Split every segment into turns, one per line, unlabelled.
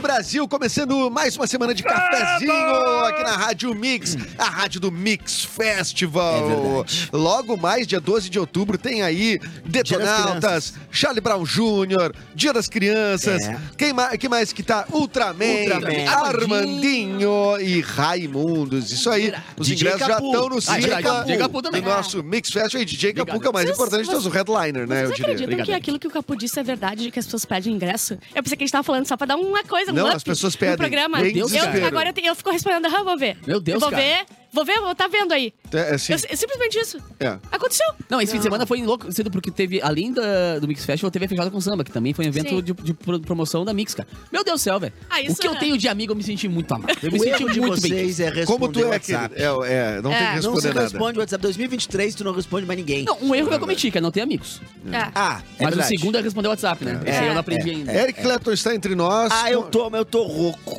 Brasil, começando mais uma semana de cafezinho aqui na Rádio Mix, a rádio do Mix Festival.
É verdade.
Logo mais, dia 12 de outubro, tem aí Detonautas,
Crianças.
Charlie Brown Jr., Dia das Crianças,
É.
quem ma que mais que tá? Ultraman,
Ultraman.
Armandinho e Raimundos. Isso aí, os
DJ
ingressos já
Capu.
estão no
Ah, DJ Capu. DJ Capu
Simpla,
também.
do nosso Mix Festival. E DJ Capu, que é o mais
Vocês-
importante de todos, o headliner, né, eu
Vocês
diria.
acreditam que
Obrigado.
aquilo que o Capu disse é verdade, de que as pessoas pedem ingresso? Eu pensei que a gente tava falando só pra dar uma coisa, um
Não,
up
as pessoas
no
pedem.
programa.
Vem
eu,
desespero.
agora eu, te- eu fico respondendo, ah, vou ver.
Meu Deus,
Eu vou
cara.
ver, vou ver, vou tá vendo aí.
É, assim,
Eu, é simplesmente isso.
é.
Aconteceu.
Não, esse fim de semana foi enlouquecido porque teve, além da- do Mix Festival, teve a feijoada com samba, que também foi um evento
Sim.
de, de pro- promoção da Mix, cara. Meu Deus do céu, velho.
Ah,
o
isso
que eu
é.
tenho de amigo, eu me senti muito amado. Eu me
O
senti
erro de
muito bem.
vocês é responder
Como tu é,
WhatsApp.
querido? É, é, não tem que
É.
responder
Não se
nada.
responde o WhatsApp. 2023 tu não responde mais ninguém.
Não, um erro que eu cometi, que é não ter amigos.
É.
Ah, é
Mas o
verdade.
segundo é responder o WhatsApp, né? Esse aí eu não aprendi ainda.
é. Eric Clapton está entre nós.
Ah, eu tô, mas eu tô rouco.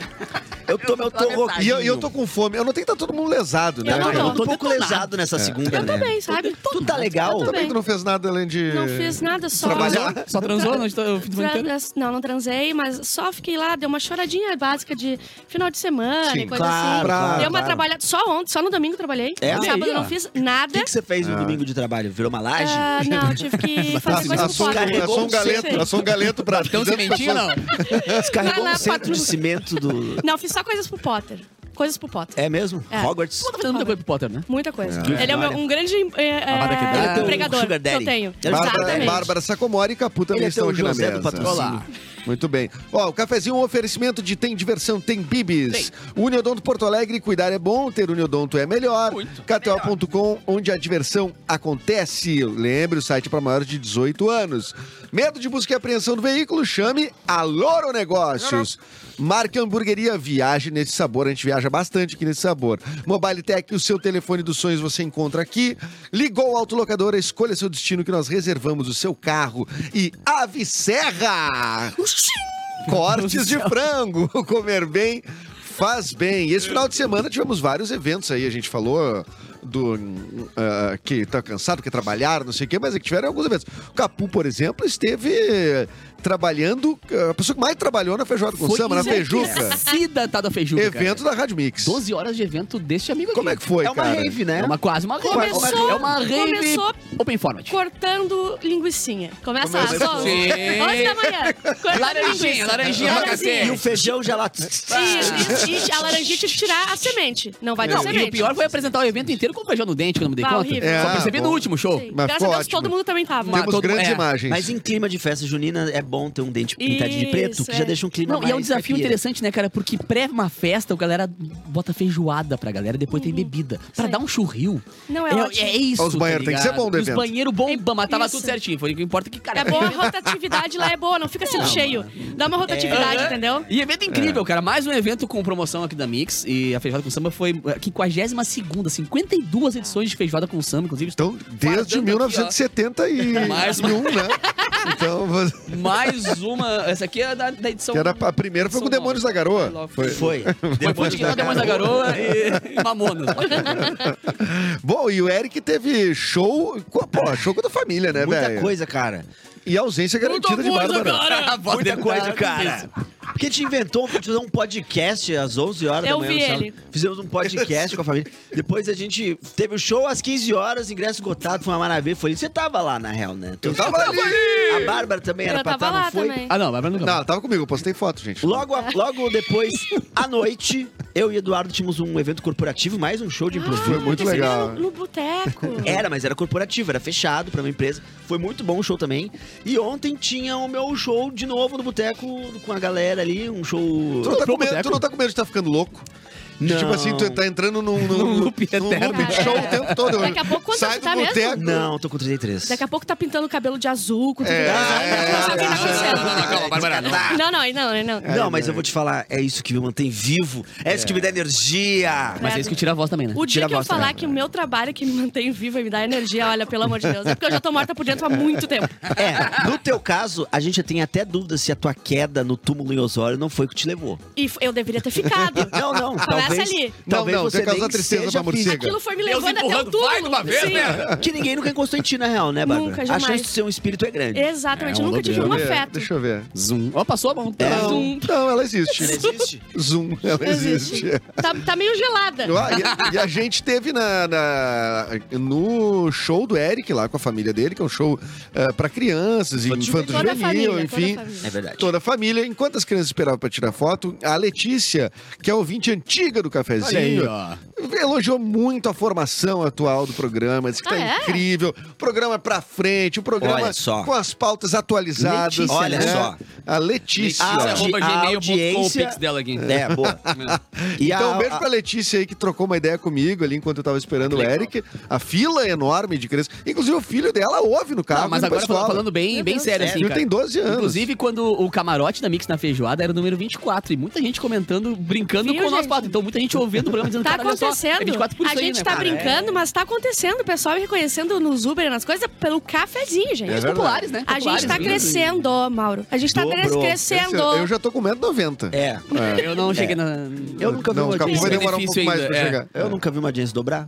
Eu tô, mas eu tô rouco.
E eu, e eu tô com fome. Eu não tenho que tá todo mundo lesado, né?
Eu não
Eu
cara?
tô um
tô
pouco
detonado.
lesado nessa segunda,
Eu
né?
também, sabe?
Tu tá legal?
Eu
Também
também.
tu não fez nada além de.
Não fiz nada, só...
Trabalhar?
Só transou no no fim de semana inteiro?
Tra- Não, não transei, mas só fiquei lá, deu uma choradinha básica de final de semana
Sim,
e coisa
claro,
assim.
claro,
deu uma
claro.
trabalhada. Só ontem, só no domingo trabalhei.
É?
No
Olha
sábado
aí,
eu não
ó.
fiz
O
nada.
que, que você fez no domingo de trabalho? Virou uma laje?
Ah, não, eu tive que fazer coisa
Assou
com
Carregou
assou Ah, um
um
galeto,
centro.
assou um galeto pra
Então,
duzentas
sementinha,
pessoas.
não.
Descarregou
Vai lá,
um centro
patrulha.
de cimento do...
Não, fiz só coisas pro Potter. Coisas pro Potter.
É mesmo?
É.
Hogwarts?
Tá fazendo muita coisa pro Potter, né?
Muita coisa. Ele é o meu-
Olha.
um grande em- é,
Bárbara que
é,
dá. Ele é teu
empregador
sugar
que eu
daddy.
tenho.
Ele é teu-
Bárbara,
Exatamente.
Bárbara Sacomori e Capu também
Ele é
estão
teu
aqui na
José do
mesa.
patrocínio. Olá.
Muito bem. Ó, o cafezinho é um oferecimento de tem diversão, tem bibis. Uniodonto Porto Alegre, cuidar é bom, ter Uniodonto é melhor. KTO.com, onde a diversão acontece. Lembre o site para maiores de 18 anos. Medo de busca e apreensão do veículo? Chame a Loro Negócios. Marque Hamburgueria, viaje nesse sabor. A gente viaja bastante aqui nesse sabor. Mobile Tech, o seu telefone dos sonhos você encontra aqui. Ligou o autolocador, escolha seu destino que nós reservamos o seu carro. E Ave Serra! Cortes de frango, comer bem faz bem. E esse final de semana tivemos vários eventos aí, a gente falou do hum, ah, que tá cansado, que trabalhar, não sei o quê, mas é que tiveram alguns eventos. O Capu, por exemplo, esteve trabalhando, ah, a pessoa que mais trabalhou na feijoada com samba, na feijuca.
Cida tá da feijuca. cara.
Evento da Rádio Mix.
12 horas de evento deste amigo aqui.
Como é que foi,
É uma
cara?
rave, né?
É uma quase uma rave.
Começou-
é uma rave
começou-
open format.
Cortando linguicinha. Começa lá,
Começou.
só
Sim.
11 da manhã. Cortando
Laranjinha,
linguiça.
laranjinha pra
E o feijão já lá...
É Isso, isso, isso. A laranjinha tinha que tirar a semente. Não vai ter
Não,
semente.
e o pior foi apresentar o evento inteiro com feijão no dente, que eu não me dei
Bah,
conta.
horrível.
Só
É,
percebi
bom.
no último show.
Sim.
Mas
Graças
ficou
a Deus,
ótimo.
Ah, todo mundo também tava.
Mas
Temos
todo-
grandes
é,
imagens.
Mas em clima de festa junina é bom ter um dente pintadinho de
Isso,
preto, que já
é.
deixa um clima
Não,
mais...
e é um desafio
caipira.
interessante, né, cara? Porque pré uma festa, o galera bota feijoada pra galera, depois tem bebida. Pra
Sim.
dar um churril.
Não, é ótimo.
é isso,
Os banheiros
tá
tem que ser
ligado?
bom do
Os
evento.
banheiros bomba, mas tava
Isso.
tudo certinho. Foi o que importa é que, cara...
É boa, a rotatividade lá é boa, não fica sendo cheio. Dá uma rotatividade, entendeu?
E
É.
evento incrível, cara. Mais um evento com promoção aqui da Mix. E a Feijoada com Samba foi é, a 52 52 edições de Feijoada com Samba, inclusive.
Então, desde
Guardando
1971,
Mais uma.
né? Então,
Mais uma. Essa aqui é da, da edição.
que era a primeira foi com Demônios da Garoa. Foi.
Foi.
Foi Ponte Quintal, Demônios da Garoa e, e Mamonas.
Bom, e o Eric teve show, pô, show da família, né,
Muita
velho?
coisa, cara.
E ausência garantida de Bárbara.
Muita coisa, cara. Porque a gente inventou, a gente fez um podcast às 11 horas
Eu
da manhã.
vi
no sábado.
ele.
Fizemos um podcast com a família. Depois a gente teve o show às 15 horas, ingresso esgotado, foi uma maravilha. Foi Você tava lá, na real, né?
Eu tava ali!
A Bárbara também era
Eu
pra
tava
estar, não
lá
foi?
também.
Ah, não, Bárbara nunca.
Não, tava comigo, eu postei foto, gente.
Logo, a- logo depois, à noite, eu e Eduardo tínhamos um evento corporativo, mais um show de improviso.
foi muito
Esse aí
legal. É.
era No, no boteco.
Era, mas era corporativo, era fechado pra uma empresa. Foi muito bom o show também. E ontem tinha o meu show de novo no boteco com a galera ali, um show.
Tu não, tá com
Pro
medo,
boteco.
tu não tá com medo de estar ficando louco? De,
Não.
Tipo assim, tu tá entrando num, num,
Num loop
num
eterno.
loop de show o tempo todo.
Daqui a pouco, quanto
Sai
tá
do
mesmo?
boteco.
Não, tô com 33.
Daqui a pouco tá pintando o cabelo de azul, com tudo
É,
desenhado,
é,
não sei o que tá
é,
acontecendo.
não, não, calma, Bárbara, não.
Não, não, não, não. não.
Não, mas eu vou te falar, é isso que me mantém vivo, é isso que me dá energia.
Mas é isso que tira a voz também, né?
O
Tira
dia
a
que eu
voz,
falar
né?
que o meu trabalho é que me mantém viva e me dá energia, olha, pelo amor de Deus, é porque eu já tô morta por dentro há muito tempo.
É, no teu caso, a gente tem até dúvida se a tua queda no túmulo em Osório não foi o que te levou.
E f- eu deveria ter ficado.
Não, não,
Começa Começa
talvez,
ali.
Não,
talvez
não,
você
tem que causar
nem
tristeza
seja
pra morcega.
Aquilo foi me
Deus
levando até o
empurrando,
túmulo.
vai de uma vez,
Sim.
né?
física, Que ninguém nunca encostou em ti, na real, né, Bárbara?
Nunca,
A
jamais.
chance de ser um espírito é grande.
Exatamente,
É,
eu
um
nunca tive
lobisomem.
um
Deixa eu ver,
afeto.
Deixa eu ver.
Zoom. Ó, passou a mão.
É.
Zoom.
Não, não, ela existe.
Ela existe?
Zoom, ela existe.
Tá, tá meio gelada.
Eu- ah, e, e a gente teve na, na- no show do Eric lá com a família dele, que é um show ah, pra crianças, infanto
tipo Toda a
juvenil,
família,
enfim.
toda a família.
É verdade.
Toda a família, enquanto as crianças esperavam pra tirar foto, a Letícia, que é ouvinte antiga do
Olha aí,
cafezinho,
ó.
elogiou muito a formação atual do programa, disse que tá
Ah, é?
incrível, programa pra frente, o programa
Olha só.
com as pautas atualizadas.
Letícia,
né?
olha só.
A Letícia.
Ah,
Arroba
audi- a
gmail.com, o
audiência-
pix dela aqui.
É, boa. E
Então,
a-
um beijo
a-
pra Letícia aí que trocou uma ideia comigo ali enquanto eu tava esperando o
Legal.
Eric. A fila é enorme de criança. Inclusive, o filho dela ouve no né, carro.
Não, mas
indo Tá, pra
agora falando,
escola.
falando bem,
Meu
bem
Deus.
sério,
O
assim,
É. filho
cara.
tem 12 anos.
Inclusive, quando o camarote da Mix na feijoada era o número 24. E muita gente comentando, brincando
Viu,
com o nosso
gente?
pato. Então, muita gente ouvindo o programa dizendo,
Tá
cara, olha só,
acontecendo.
é 24 por
a gente
né,
tá
cara?
brincando, mas tá acontecendo. O pessoal me reconhecendo nos Uber, nas coisas, pelo cafezinho, gente.
É
Os
verdade.
populares, né?
A gente
Populares
tá
mesmo.
crescendo, Mauro. A gente tá
Dobrou.
cres-
Esse- é
crescendo.
Eu já tô com 1,90m.
É.
É.
Eu não cheguei na...
Eu nunca vi
Não,
uma
calma,
audiência.
vai demorar um
Benefício
pouco mais
ainda,
pra
é.
chegar.
Eu nunca vi uma audiência dobrar.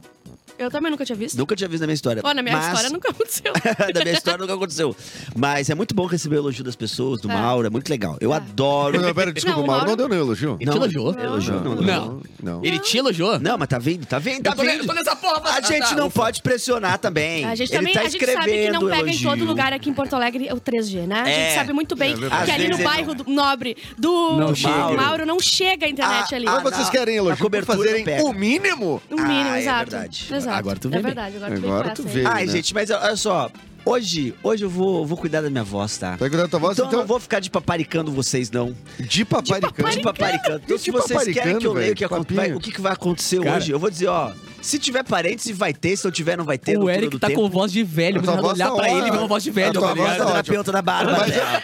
Eu também nunca tinha visto.
Nunca tinha visto na minha história.
Ó, na minha
Mas-
história nunca aconteceu.
da minha história nunca aconteceu. Mas é muito bom receber o elogio das pessoas, do
É.
Mauro, é muito legal. Eu adoro.
Não, pera, desculpa,
Não,
o Mauro
Mauro-
não deu nem elogio.
Ele te elogiou?
Elogiou, não.
Não.
Não.
Ele te elogiou?
Não, mas tá vendo, tá vendo, tá
Eu tô, ne- eu
vendo.
tô nessa porra, mas-
A
ah,
gente
tá,
não
ufa.
pode pressionar também.
A gente
Ele
também
tá
a gente sabe que não
escrevendo
pega em
elogio.
todo lugar aqui em Porto Alegre é o 3G, né? A
É.
gente sabe muito bem
É verdade.
que ali
Às
no
vezes é.
bairro do- nobre do
Não
do
chega.
Mauro não chega a internet
Ah,
ali.
Então
ah,
No
não.
vocês querem
A
elogio por
cobertura
fazerem
pega.
o mínimo?
mínimo,
Ah, é
exato.
verdade.
Exato.
Agora tu vê né?
É
bem.
verdade, agora,
Agora tu
tu
vê.
vê.
Ai,
né?
gente, mas olha só. Hoje, hoje eu vou, vou cuidar da minha voz, tá?
Vai cuidar da tua voz?
Então, eu
Então,
não vou ficar de paparicando vocês, não.
de paparicando.
De paparicando. Então,
De
se vocês querem
paparicando,
que eu leia
velho,
o que, acon-
papinho.
vai- o que que vai acontecer
Cara.
hoje, eu vou dizer, ó. Se tiver parênteses, vai ter. Se não tiver, não vai ter.
O
doutora
Eric
do
tá
tempo.
com voz de velho.
Tua
Você vai
voz
olhar
tá
pra ele e
ótima.
ver uma voz de
A
velho.
tua
tá
voz
Ela é
tá
ligado?
terapeuta da barba. né?
Mas-
dela.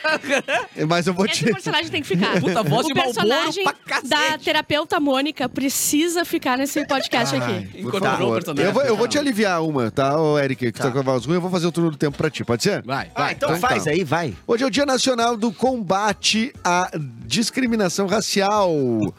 Mas eu vou
Esse
te...
é
personagem tem que ficar.
Puta, voz de
o
Marlboro
personagem
pra cacete.
da terapeuta Mônica precisa ficar nesse podcast aqui.
Ai, por
Incorporou o
favor.
personagem.
Eu vou, eu vou te aliviar uma, tá, ô, Eric, que
Tá.
tá com a voz ruim. Eu vou fazer o turno do tempo pra ti, pode ser?
Vai,
Ah,
vai.
então
então
faz
tá.
aí, vai.
Hoje é o Dia Nacional do Combate à Discriminação Racial.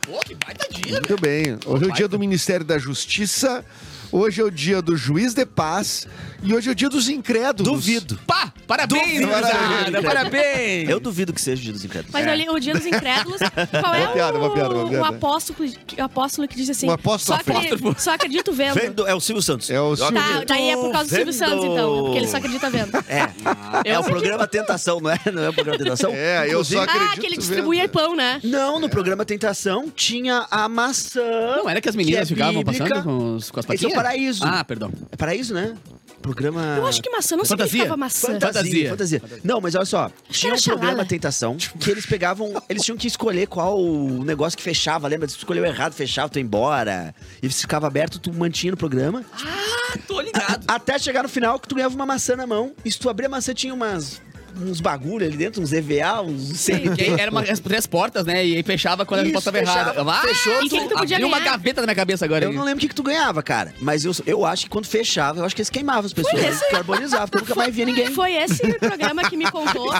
Pô, que baita dia,
Muito bem. Hoje é o dia do Ministério da Justiça. Hoje é o dia do juiz de paz. E hoje é o dia dos incrédulos.
Duvido.
Pá! Parabéns,
Duvido,
gurizada!
cara.
Parabéns!
Eu duvido que seja o dia dos incrédulos.
Mas é, olha, o Dia dos Incrédulos, qual é
É. Uma piada,
o,
uma piada, uma piada.
o apóstolo, que- apóstolo que diz assim?
Um apóstolo.
só, acredito, só acredito vendo.
Vendo- é o Silvio Santos.
É o Silvio.
Tá, daí é por causa do Silvio
Vendo.
Santos, então. né? Porque ele só acredita vendo.
É.
Ah.
É o programa Tentação, não é? Não é o programa Tentação?
É, eu só
Inclusive-
acredito
ah, que ele
vendo.
distribuía pão, né?
Não, no programa Tentação tinha a maçã.
É. Não era que as meninas
que é
ficavam
bíblica.
passando com, os- com as
Esse é
patinhas?
o paraíso.
Ah, perdão.
É paraíso, né? Programa.
Eu acho que maçã não
Fantasia?
significava maçã.
Fantasia.
Fantasia, fantasia. Não, mas olha só. Tinha um
Xalala.
programa Tentação que eles pegavam. Eles tinham que escolher qual o negócio que fechava, lembra? Se tu escolheu errado, fechava, tu ia embora. E se ficava aberto, tu mantinha no programa. Ah,
Tô ligado.
Até chegar no final que tu ganhava uma maçã na mão. E se tu abrir a maçã, tinha umas, uns bagulho ali dentro, uns EVA, uns
Sim, que aí era uma, as três portas, né? E aí fechava quando a
Isso,
resposta estava
fechava.
errada. Ah,
Fechou,
e
tu-
que tu podia
abriu
uma
uma
gaveta na minha cabeça agora.
Eu não lembro o que, que tu ganhava, cara. Mas eu, eu acho que quando fechava, eu acho que eles queimavam as pessoas. Eles carbonizavam, porque nunca mais via ninguém.
Foi esse programa que me contou.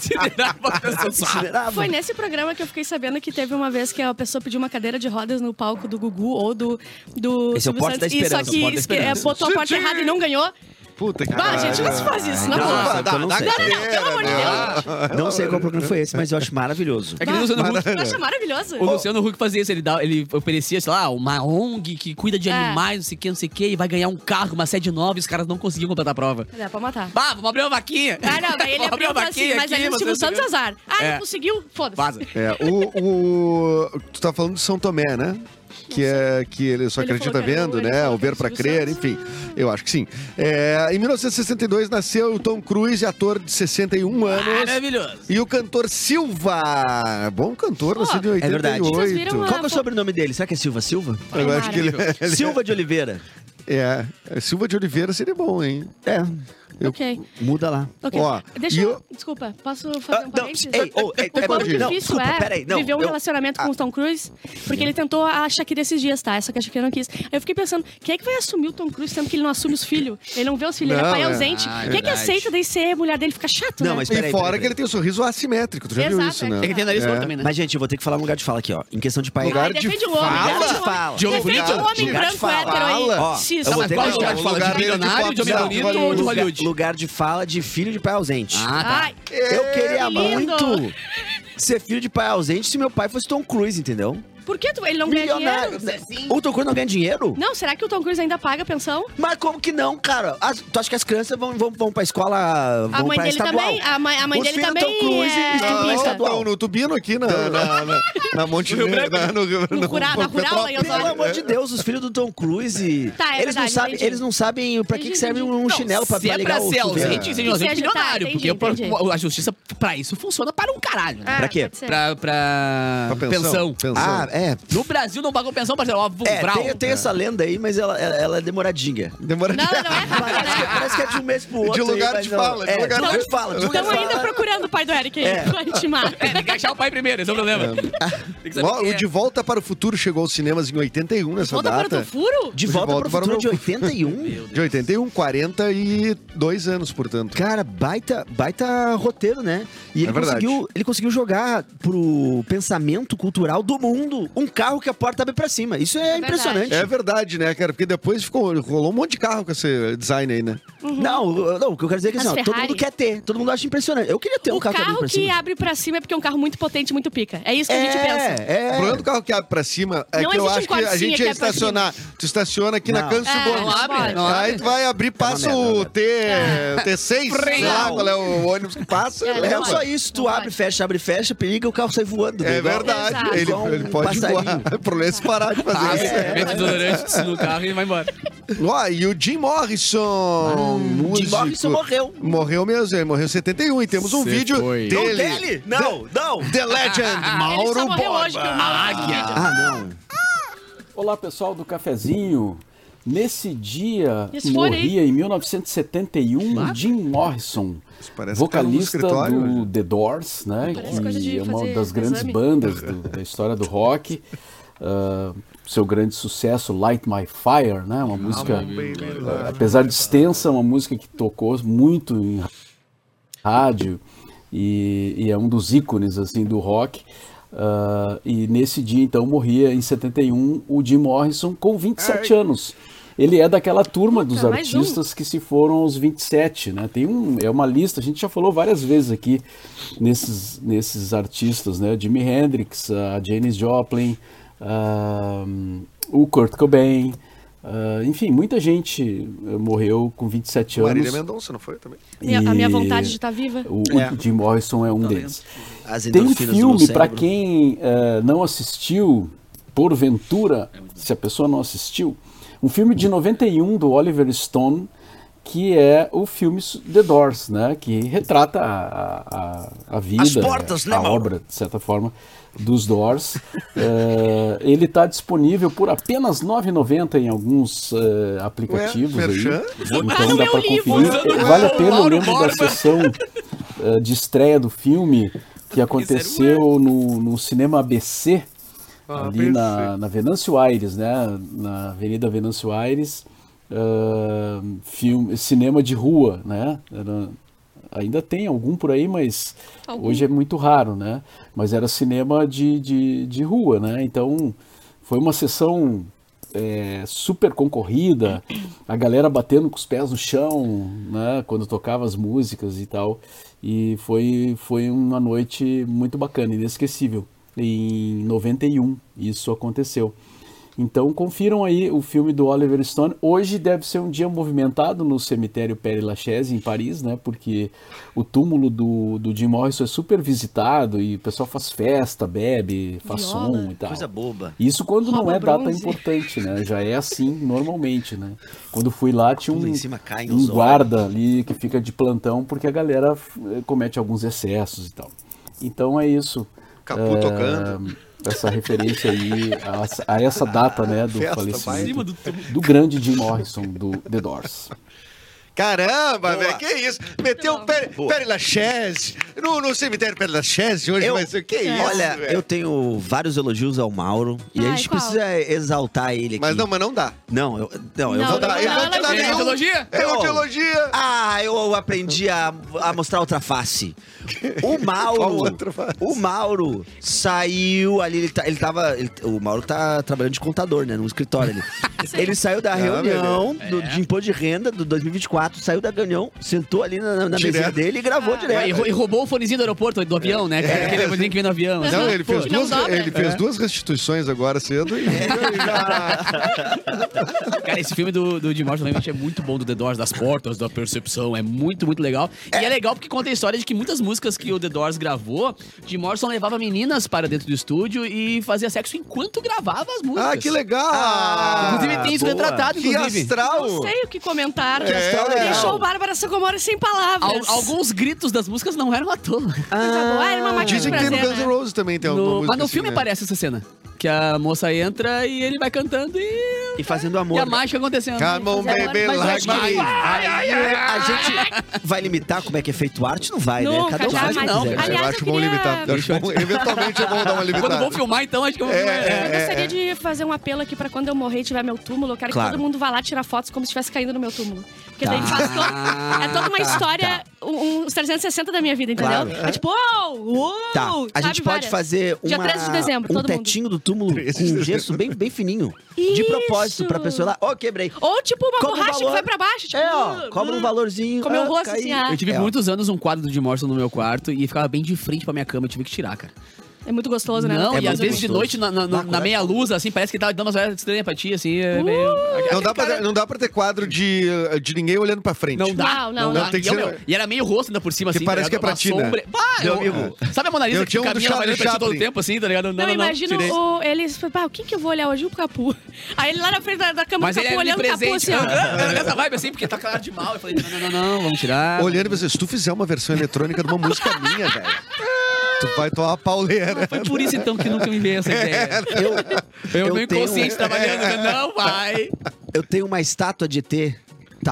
Incinerava.
Foi nesse programa que eu fiquei sabendo que teve uma vez que a pessoa pediu uma cadeira de rodas no palco do Gugu ou do. do
Esse é o
Silvio
Porta da
Santos, e
Esperança,
Só
Porta
que
da
esque-
Esperança.
é, botou a porta
Gente!
errada e não ganhou.
Puta que
Bah,
pariu.
gente, não se faz isso,
Ah,
não.
não,
Agora
eu não sei.
não, pelo amor de Deus.
Não sei qual programa foi esse, mas eu acho maravilhoso.
É que nem o Luciano Huck.
Eu acho maravilhoso.
O Luciano Huck fazia isso, ele, dá, ele oferecia, sei lá, uma ONG que cuida de
É.
animais, não sei o que, não sei o que, e vai ganhar um carro, uma sede nova, e os caras não conseguiam completar a prova.
Dá pra matar.
Bah, vamos abrir uma vaquinha!
Ah, não, daí ele
Vamos abrir uma
abriu e falou assim,
vaquinha
mas
aqui,
aí
você
o
não
Silvio Santos
ganhou.
azar. Ah,
É.
não conseguiu, foda-se.
Vaza.
É, o, o- Tu tá falando de São Tomé, né? Que, é, que ele só
Ele
acredita
falou que era
vendo,
o- ele
né?
falou
O
que era
ver pra
Silvio
crer,
Santos.
enfim. Eu acho que sim. É, em 1962 nasceu o Tom Cruise, ator de 61 anos.
Maravilhoso.
E o cantor Silva. Bom cantor,
Pô,
nascido em
é verdade.
88.
Vocês viram a-
Qual que é o sobrenome dele? Será que é Silva Silva?
Eu acho que ele,
Silva de Oliveira.
É, é, Silva de Oliveira seria bom, hein?
É,
Eu-
Ok.
muda lá.
ok.
Ó,
Deixa
e
eu...
eu-
Desculpa, posso fazer um
não,
parênteses?
ei, ô, é-
é
o quão
pode ir.
Não,
difícil
desculpa,
é
peraí, não,
viver um
eu- Ah.
relacionamento com o Tom Cruise, porque ele tentou a Shakira esses dias, tá? Só que a Shakira não quis. Aí eu fiquei pensando, quem é que vai assumir o Tom Cruise, sendo que ele não assume os filhos? Ele não vê os filhos, ele
Não,
é pai
é.
ausente.
Ah, é
quem é que
verdade.
aceita daí ser mulher dele? Fica chato,
Não,
né?
mas
E
peraí,
fora
peraí,
que ele tem um sorriso assimétrico, tu já viu
Exato,
isso,
é
né?
que-
Tem que ter nariz
É.
torto também, né?
Mas, gente, eu vou ter que falar um lugar de fala aqui, ó. Em questão de pai.
Lugar
Ai,
de
depende do homem,
fala.
depende do homem.
De
homem
Depende do
branco.
De
homem
lugar de
branco
fala.
hétero aí.
Ó,
Cis.
eu
Tá,
vou
mas
ter
qual
que- um
lugar de fala? De
lugar dele de
bilionário, de homem
popzão,
bonito ou de
Hollywood.
lugar,
Hollywood?
lugar de fala de filho de pai ausente.
Ah, tá.
Ai,
eu queria
que é lindo.
muito ser filho de pai ausente se meu pai fosse Tom Cruise, entendeu?
por que tu, ele não ganha
Milionário.
dinheiro?
dinheiro?
O Tom Cruise não ganha dinheiro?
Não, será que o Tom Cruise ainda paga a pensão?
Mas como que não, cara? As- tu acha que as crianças vão, vão, vão pra escola. Vão
A mãe
pra
dele
estadual?
também. Ah, A mãe, a mãe
Os
dele
filhos do
também.
Tom Cruise
é,
estudam na
Não,
rica.
não,
estadual.
não, no Tubino aqui, na, na, na, na Monte
No Rio
Verde,
Branco.
na- no, Rio-
No Curá- na Rural,
Petrópolis.
aí, ó.
Pelo amor de Deus, os filhos do Tom Cruise.
Tá, é
eles, não
verdade,
sabem,
entendi.
eles não sabem pra que, que
Entendi,
serve
entendi.
um chinelo pra,
se
pra
é
ligar
pra
o
ser
cotovelo.
ausente, seja
E se
ausente
agitar,
milionário. porque
tá, entendi,
o- a justiça, pra isso, funciona para um caralho, né?
Ah,
Pra quê?
pode ser.
Pra, pra...
Pra
pensão.
Ah, é.
Um
No Brasil não pagou pensão, parceiro. Ó, um.
É,
Vral.
tem, tem essa lenda aí, mas ela, ela, ela é demoradinha.
Demora
Não, não é rápido,
Parece que,
né?
parece que é de um mês pro outro. aí,
lugar
mas
de
não.
fala, de
É,
lugar
de lugar
de-
de fala. de lugar de
Estão
fala.
ainda procurando o pai do Eric aí,
É.
pra intimar.
É, tem que achar o pai primeiro, esse é o problema. Tem que saber
Ó,
quem
O
é.
De Volta para o Futuro chegou aos cinemas em 81 nessa
Volta
data.
para o furo?
De volta, pro futuro de 81.
De 81, 42 anos, portanto.
Cara, baita, baita roteiro, né? E
É
ele,
verdade.
conseguiu, ele conseguiu jogar pro pensamento cultural do mundo um carro que a porta abre pra cima. Isso é,
verdade.
impressionante.
É verdade, né, cara? Porque depois ficou, rolou um monte de carro com esse design aí, né?
Não, eu- não, o que eu quero dizer é que
As
assim, ó, todo
Ferrari.
mundo quer ter, todo mundo acha impressionante. Eu queria ter um
o
carro,
carro
abre pra
que
cima.
abre pra cima é porque é um carro muito potente, muito pica. É isso que
é,
a gente pensa.
O
é.
problema do carro que abre pra cima é
Não
que eu
existe um
acho que a
cortezinho
gente
que
ia
abre pra
estacionar. Tu estaciona aqui na
Não.
Canso
É,
Gomes.
Não
Tá
abre, não
Aí
abre.
tu vai abrir, passa
merda,
o
né?
T, T6, sei lá
Não.
qual é o ônibus que passa.
É,
leva.
É
não
só
pode,
isso, tu
não
abre,
pode.
fecha, abre, fecha, periga, o carro sai voando. né?
É
Igual-
verdade,
Exato.
ele,
Igual um
ele pode
passarinho.
voar. O problema é se parar de
Ah,
fazer isso.
é, mete desodorante no carro e vai embora.
Ó, e o Jim Morrison, músico.
Ah, Jim Morrison morreu.
Morreu mesmo, ele morreu em 71 e temos um
Cê
vídeo
foi.
dele.
Não dele? Não, não.
The Legend, Mauro
Ele só morreu
Borba.
hoje, que o Mauro fez um vídeo.
Ah, não.
Olá pessoal do Cafezinho. Nesse dia
Isso foi,
morria em 1971 Jim Morrison,
Isso parece
vocalista
que tá no escritório,
do The Doors, né?
Parece coisa de
Que é uma
fazer
das grandes
exame.
bandas do- da história do rock. Ah, seu grande sucesso, Light My Fire, né? Uma música, ah, apesar de extensa, uma música que tocou muito em rádio e, e é um dos ícones assim do rock. Ah, e nesse dia então morria em 71 o Jim Morrison com 27 anos. Ele é daquela turma
Puta,
dos
mais um.
artistas que se foram aos 27, né? Tem um, é uma lista, a gente já falou várias vezes aqui nesses, nesses artistas, né? Jimi Hendrix, a Janis Joplin, ah, o Kurt Cobain, ah, enfim, muita gente eh, morreu com 27 anos.
Marília Mendonça, não foi também?
Minha- A minha
E-
vontade de estar viva.
o, o
É.
Jim Morrison é um deles.
As
Tem um
endorfinas do meu
filme para
cérebro.
quem eh, não assistiu, porventura,
É
se a pessoa não assistiu, um filme de 91 do Oliver Stone que é o filme s- The Doors, né? Que retrata a, a, a vida,
As portas, né,
a
Mauro?
obra, de certa forma, dos Doors. Eh, ele está disponível por apenas R$ 9,90 em alguns eh, aplicativos.
É,
aí.
merchan?
Ah,
Então
não
dá
é um
pra
livro,
conferir.
usando o
Vale a pena, eu
Mauro
lembro da
Borba.
sessão eh, de estreia do filme que aconteceu no, no cinema ABC, ali na, na Venâncio Aires, né? Na Avenida Venâncio Aires. ah, filme, cinema de rua, né? Era- ainda tem algum por aí, mas
Algum.
hoje é muito raro, né? Mas era cinema de, de, de rua, né? Então foi uma sessão é, super concorrida, a galera batendo com os pés no chão, né? Quando tocava as músicas e tal. E foi, foi uma noite muito bacana, inesquecível. Em 91 isso aconteceu. Então confiram aí o filme do Oliver Stone. Hoje deve ser um dia movimentado no cemitério Père Lachaise em Paris, né? Porque o túmulo do, do Jim Morrison é super visitado e o pessoal faz festa, bebe, faz
Viola.
som e tal.
Coisa boba.
Isso quando não
Rouba
é data
bronze.
importante, né? Já é assim normalmente, né? Quando fui lá tinha
Pula
um,
em cima, cai
um
nos olhos.
guarda ali que fica de plantão porque a galera eh, comete alguns excessos e tal. Então é isso.
Capu
é,
tocando.
Essa referência aí a, essa- a essa data, né, do
Festa, vai. Em
falecimento
cima
do, grande Jim Morrison do The Doors.
Caramba,
Boa.
velho, que isso? Meteu o Pere,
Boa.
Pere Lachaise no, no cemitério Pere Lachaise hoje,
Eu-
mas o que é isso?
Olha,
velho?
eu tenho vários elogios ao Mauro e a
Ai,
gente
qual?
precisa exaltar ele aqui.
Mas não, mas não dá.
Não, eu, não, eu
Não,
vou
não,
dar.
dá. Eu vou te dar
Lachaise.
nenhum. É
Elogia?
Eu
Eu-
te elogio.
Ah, eu aprendi a, a mostrar outra face. O Mauro.
Qual outra face?
O Mauro saiu ali, ele, tá, ele tava. ele- o Mauro tá trabalhando de contador, né? Num escritório ali. ele saiu
Ah,
da reunião
É.
do, de imposto de renda do 2024, saiu da reunião, sentou ali na, na- na
Direto.
mesinha dele e
Ah.
gravou
é.
direto.
E, rou- e roubou o fonezinho do aeroporto, do avião, né? cara? Aquele fonezinho que vem no avião. assim.
Não, É. ele fez,
Pô, não
duas,
dobra.
ele fez duas restituições agora cedo e.
Cara, esse filme do, do Jim Morrison realmente é muito bom, do The Doors, das portas, da percepção, é muito, muito legal. E é legal porque conta a história de que muitas músicas que o The Doors gravou, Jim Morrison levava meninas para dentro do estúdio e fazia sexo enquanto gravava as músicas.
ah, que legal!
Inclusive tem isso
boa.
retratado,
Ah, que
inclusive.
astral!
Não sei o que comentar.
astral legal.
Deixou o Bárbara Sacomori sem palavras.
Al- alguns gritos das músicas não eram à toa.
Coisa boa. Ah, era uma máquina
Dizem
de
que tem no
prazer,
Guns
né?
N' Roses também, tem alguma
No-
música.
mas no
assim,
filme
né?
aparece essa cena. Que a moça entra e ele vai cantando e,
E fazendo
e
amor.
a mágica acontecendo.
Come on,
Mas
baby,
eu
like
acho que-
me.
A gente vai limitar como é que é feito arte? Não vai, né?
Nunca,
Cada um faz o que
jamais.
não,
quiser.
cara.
eu
Aliás,
acho
eu
bom
queria-
limitar. Eu acho bom- eventualmente é bom dar uma
Quando
limitada.
vou filmar, então, acho que eu vou filmar.
É,
Eu gostaria de fazer um apelo aqui pra quando eu morrer e tiver meu túmulo, eu quero
Claro.
que todo mundo vá lá tirar fotos como se estivesse caindo no meu túmulo. Porque
Tá.
daí faz todo, é toda uma história, um- uns 360 da minha vida, entendeu?
Claro.
É tipo, uou, uou,
Tá, a
uh, sabe,
gente pode
várias.
fazer uma,
Dia 13 de dezembro,
um
todo mundo.
tetinho do túmulo
13
com
de
um
dezembro.
gesso bem, bem fininho. De
Isso.
propósito, pra pessoa lá, ó, quebrei.
Ou tipo uma
Cobra um
borracha
valor.
que foi pra baixo. Tipo,
é, ó, cobra um valorzinho.
Comeu
ah,
o rosto,
caiu.
assim, ah.
Eu tive
É, ó.
muitos anos um quadro do Jim Morrison no meu quarto e ficava bem de frente pra minha cama, eu tive que tirar, cara.
É muito gostoso, né?
Não,
É
e às
muito
vezes de
gostoso.
noite, na, na- na- na meia luz, assim, parece que tá dando umas horas estranhas pra ti, assim. é meio-
Não dá, pra, ter- não dá pra ter quadro de, eh, de ninguém olhando pra frente.
Não dá.
Não, não, não.
tem que
e, eu,
ser-
meu, e era meio rosto ainda por cima,
Que
assim.
parece
tá ligado?
que é pra
Uma
ti, né?
sombra. Bah,
Meu
eu-
amigo.
Sabe a Mona Lisa
Eu
que
tinha um do
caminha ela vai
Charlie
olhando pra ti todo o
Chaplin.
tempo, assim, tá ligado? Não,
Não,
não, não.
imagina
tirei.
o, eles. pá, o que, que eu vou olhar hoje? O capu. Aí ele lá na frente da, da cama
Mas
do
ele
capu,
é
olhando o capu
presente.
assim, ó.
Era nessa vibe, assim, porque tá claro de mal. Eu falei, não, não, não, não, vamos tirar.
Olhando pra você, se tu fizer uma versão eletrônica de uma música minha, velho, tu vai tomar uma pauleira.
Foi por isso, então, que nunca me veio essa
É,
ideia.
Eu,
Eu,
eu
no
tenho-
um.
inconsciente trabalhando, não vai.
eu tenho uma estátua de ET,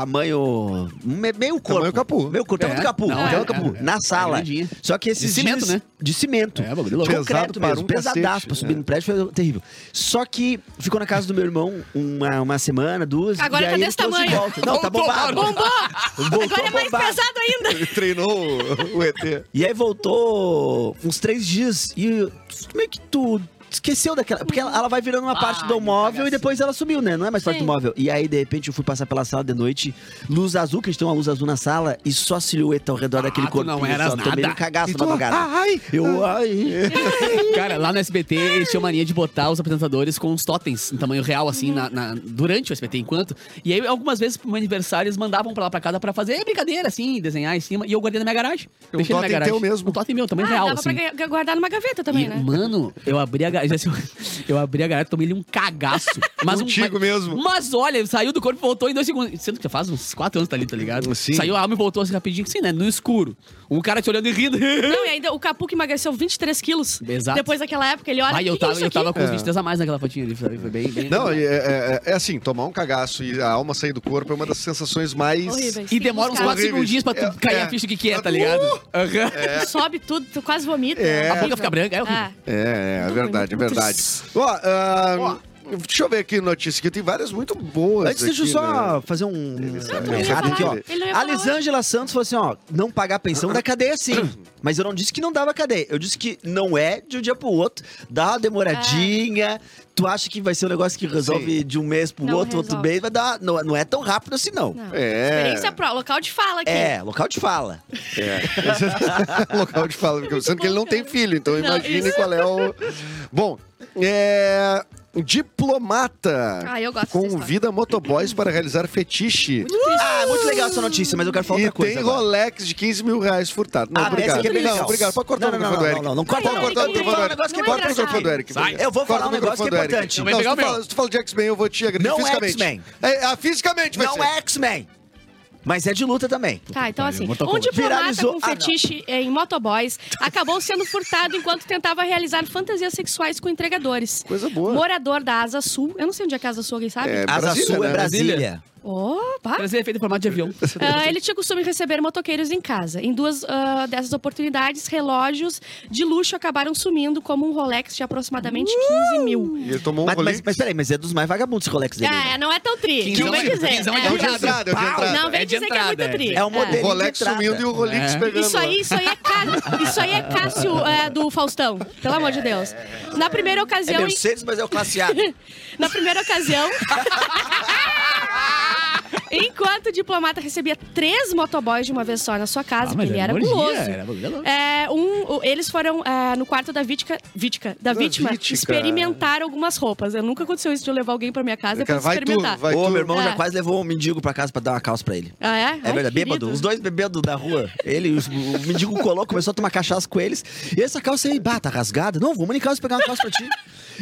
tamanho. me- meio corpo.
Tamanho capu.
Meu corpo, tamanho
É.
do capu.
Não,
tamanho
é,
do capu.
é, é.
na sala.
grandinha.
Só que esses.
De cimento,
dias-
né?
De cimento.
É, bagulho louco.
Pesado
Concreto
para
mesmo,
um
pesadaço
cacete,
pra
é.
subir no prédio, foi terrível. Só que ficou na casa do meu irmão uma, uma semana, duas.
Agora
e
tá
aí ele
desse
trouxe de
tamanho.
volta. Não, tá
Voltou,
bombado.
Bombou!
Voltou
Agora é mais
bombado.
pesado ainda.
Ele treinou o- o ET.
E aí voltou uns três dias e meio que tu esqueceu daquela. Porque ela, ela vai virando uma parte do móvel e depois ela sumiu, né? Não é mais parte do
Sim.
móvel. E aí, de repente, eu fui passar pela sala de noite, luz azul, que eles têm uma luz azul na sala, e só silhueta ao redor daquele
tu
corpo.
não eras
só, Tomei
nada.
um cagaço na
tu-
madrugada.
ai,
Eu, ai.
Cara, lá no SBT eles tinham mania de botar os apresentadores com os totens em tamanho real, assim, na- na- durante o SBT, enquanto. E aí, algumas vezes, pro meu aniversário, eles mandavam pra lá pra casa pra fazer brincadeira, assim, desenhar em cima. E eu guardei na minha garagem.
Um
Deixei na minha
totem
garagem.
teu mesmo.
Um totem meu, tamanho
Ah,
real,
dava
assim.
pra gu- guardar numa gaveta também,
E,
né?
mano, eu abri a garagem, assim, eu abri a garagem, tomei-lhe um cagaço. Mas um,
Contigo
mas-
mesmo.
Mas olha, saiu do corpo e voltou em dois segundos. Sendo que já faz uns quatro anos tá ali, tá ligado?
Sim.
Saiu a alma e voltou assim rapidinho, assim, né? No escuro. Um cara te olhando e rindo.
Não, e ainda o Capu que emagreceu 23 quilos.
Exato.
Depois daquela época, ele olha.
Aí
"Que
eu
que é
tava,
isso
eu
aqui?"
tava com os 23 a mais naquela fotinha ali, sabe? Foi bem, bem.
Não, é, é- é assim, tomar um cagaço e a alma sair do corpo é uma das sensações mais.
Horríveis.
E demora uns 4
Horríveis.
segundinhos pra tu
É,
cair
é.
a ficha do que, que é,
Pra
tá
tu-
ligado?
Uh!
Aham.
Tu sobe tudo, tu quase vomita.
É. A
boca fica branca, é
Ah.
horrível.
É, é
Muito
verdade, é
ruim, muito
verdade. Ó, ah, deixa eu ver aqui notícia que tem várias muito boas.
Antes, deixa eu
aqui,
só
né?
fazer um, um
não ia
recado
falar.
aqui, ó.
Ele não ia
A
falar
Lisângela Santos falou assim, ó, não pagar pensão dá cadeia sim. Mas eu não disse que não dava cadeia. Eu disse que não é de um dia pro outro. Dá uma
É.
demoradinha. Tu acha que vai ser um negócio que resolve de um mês pro
Não
outro, outro
resolve.
mês. Vai dar, não, não é tão rápido assim, não.
Não.
É.
Experiência pro, local de fala aqui.
É, local de fala.
É. local de fala, porque sendo que ele não tem filho, então
Não,
imagine
isso.
qual é o. Bom, é. Diplomata
Ah, eu gosto dessa
convida motoboys para realizar fetiche
Ah, muito legal essa notícia, mas eu quero falar
e
outra coisa.
tem
agora.
Rolex de 15 mil reais furtado. Não,
Ah,
obrigado.
essa aqui é bem
não,
legal.
obrigado. Pode cortar
Não,
o
não,
microfone do
não,
Eric.
não, não, não corta,
Pode
não.
cortar o
Eu vou
microfone do
falar um
Eric.
negócio que é
Corta o microfone
engraçado.
do Eric.
Sai.
Eu vou
Corta
falar um
o microfone
negócio que é
do Eric.
importante.
Também
Não, se
pegar
tu
o meu.
fala- se tu fala de X-Men, eu vou te agredir
Não é
fisicamente.
X-Men.
É, ah, fisicamente vai
Não
ser.
é X-Men. Mas é de luta também.
Tá, então
pariu,
assim,
Mortal
um
Kombat.
diplomata
Viralizou-
com
Ah, não.
fetiche eh, em motoboys acabou sendo furtado enquanto tentava realizar fantasias sexuais com entregadores.
Coisa boa.
Morador da Asa Sul, eu não sei onde é que é a Asa Sul, alguém sabe?
É,
Asa
Brasília,
Sul
né?
é Brasília.
Brasília.
Opa!
Trazer efeito em formato de avião.
Ah, ele tinha costume receber motoqueiros em casa. Em duas ah, dessas oportunidades, relógios de luxo acabaram sumindo, como um Rolex de aproximadamente 15 mil.
Ele tomou um
Mas,
rolê.
mas, mas peraí, mas é dos mais vagabundos esse Rolex dele. né?
É, não é tão tri. Não vem dizer.
é
É.
de entrada, é de entrada.
Não vem
É de
dizer que é
entrada,
muito tri.
É um modelo.
O Rolex
de entrada.
sumindo e o Rolex
É.
pegando.
Isso aí, isso aí é Cássio, isso aí é Cássio é, do Faustão, pelo amor de Deus. Na primeira
É
ocasião, em-
Mercedes, mas é o classe A.
na primeira ocasião. Enquanto o diplomata recebia três motoboys de uma vez só na sua casa,
Ah, mas
porque ele
é
era
mordia,
guloso.
era bagulho louco.
É, um, o- eles foram é, no quarto da vítica, vítica, da,
Da
vítima
vítica.
experimentar algumas roupas. Eu nunca aconteceu isso de eu levar alguém pra minha
Cara,
casa depois
vai tu,
experimentar.
vai
Ô,
tu.
meu irmão já
É.
quase levou um mendigo pra casa pra dar uma calça pra ele.
Ah, é? Ai,
É verdade,
querido.
bêbado. Os dois bebendo da rua. Ele, os- o mendigo colou, começou a tomar cachaça com eles. E essa calça aí, bah, tá rasgada. Não, vamos ali em casa pegar uma calça pra ti.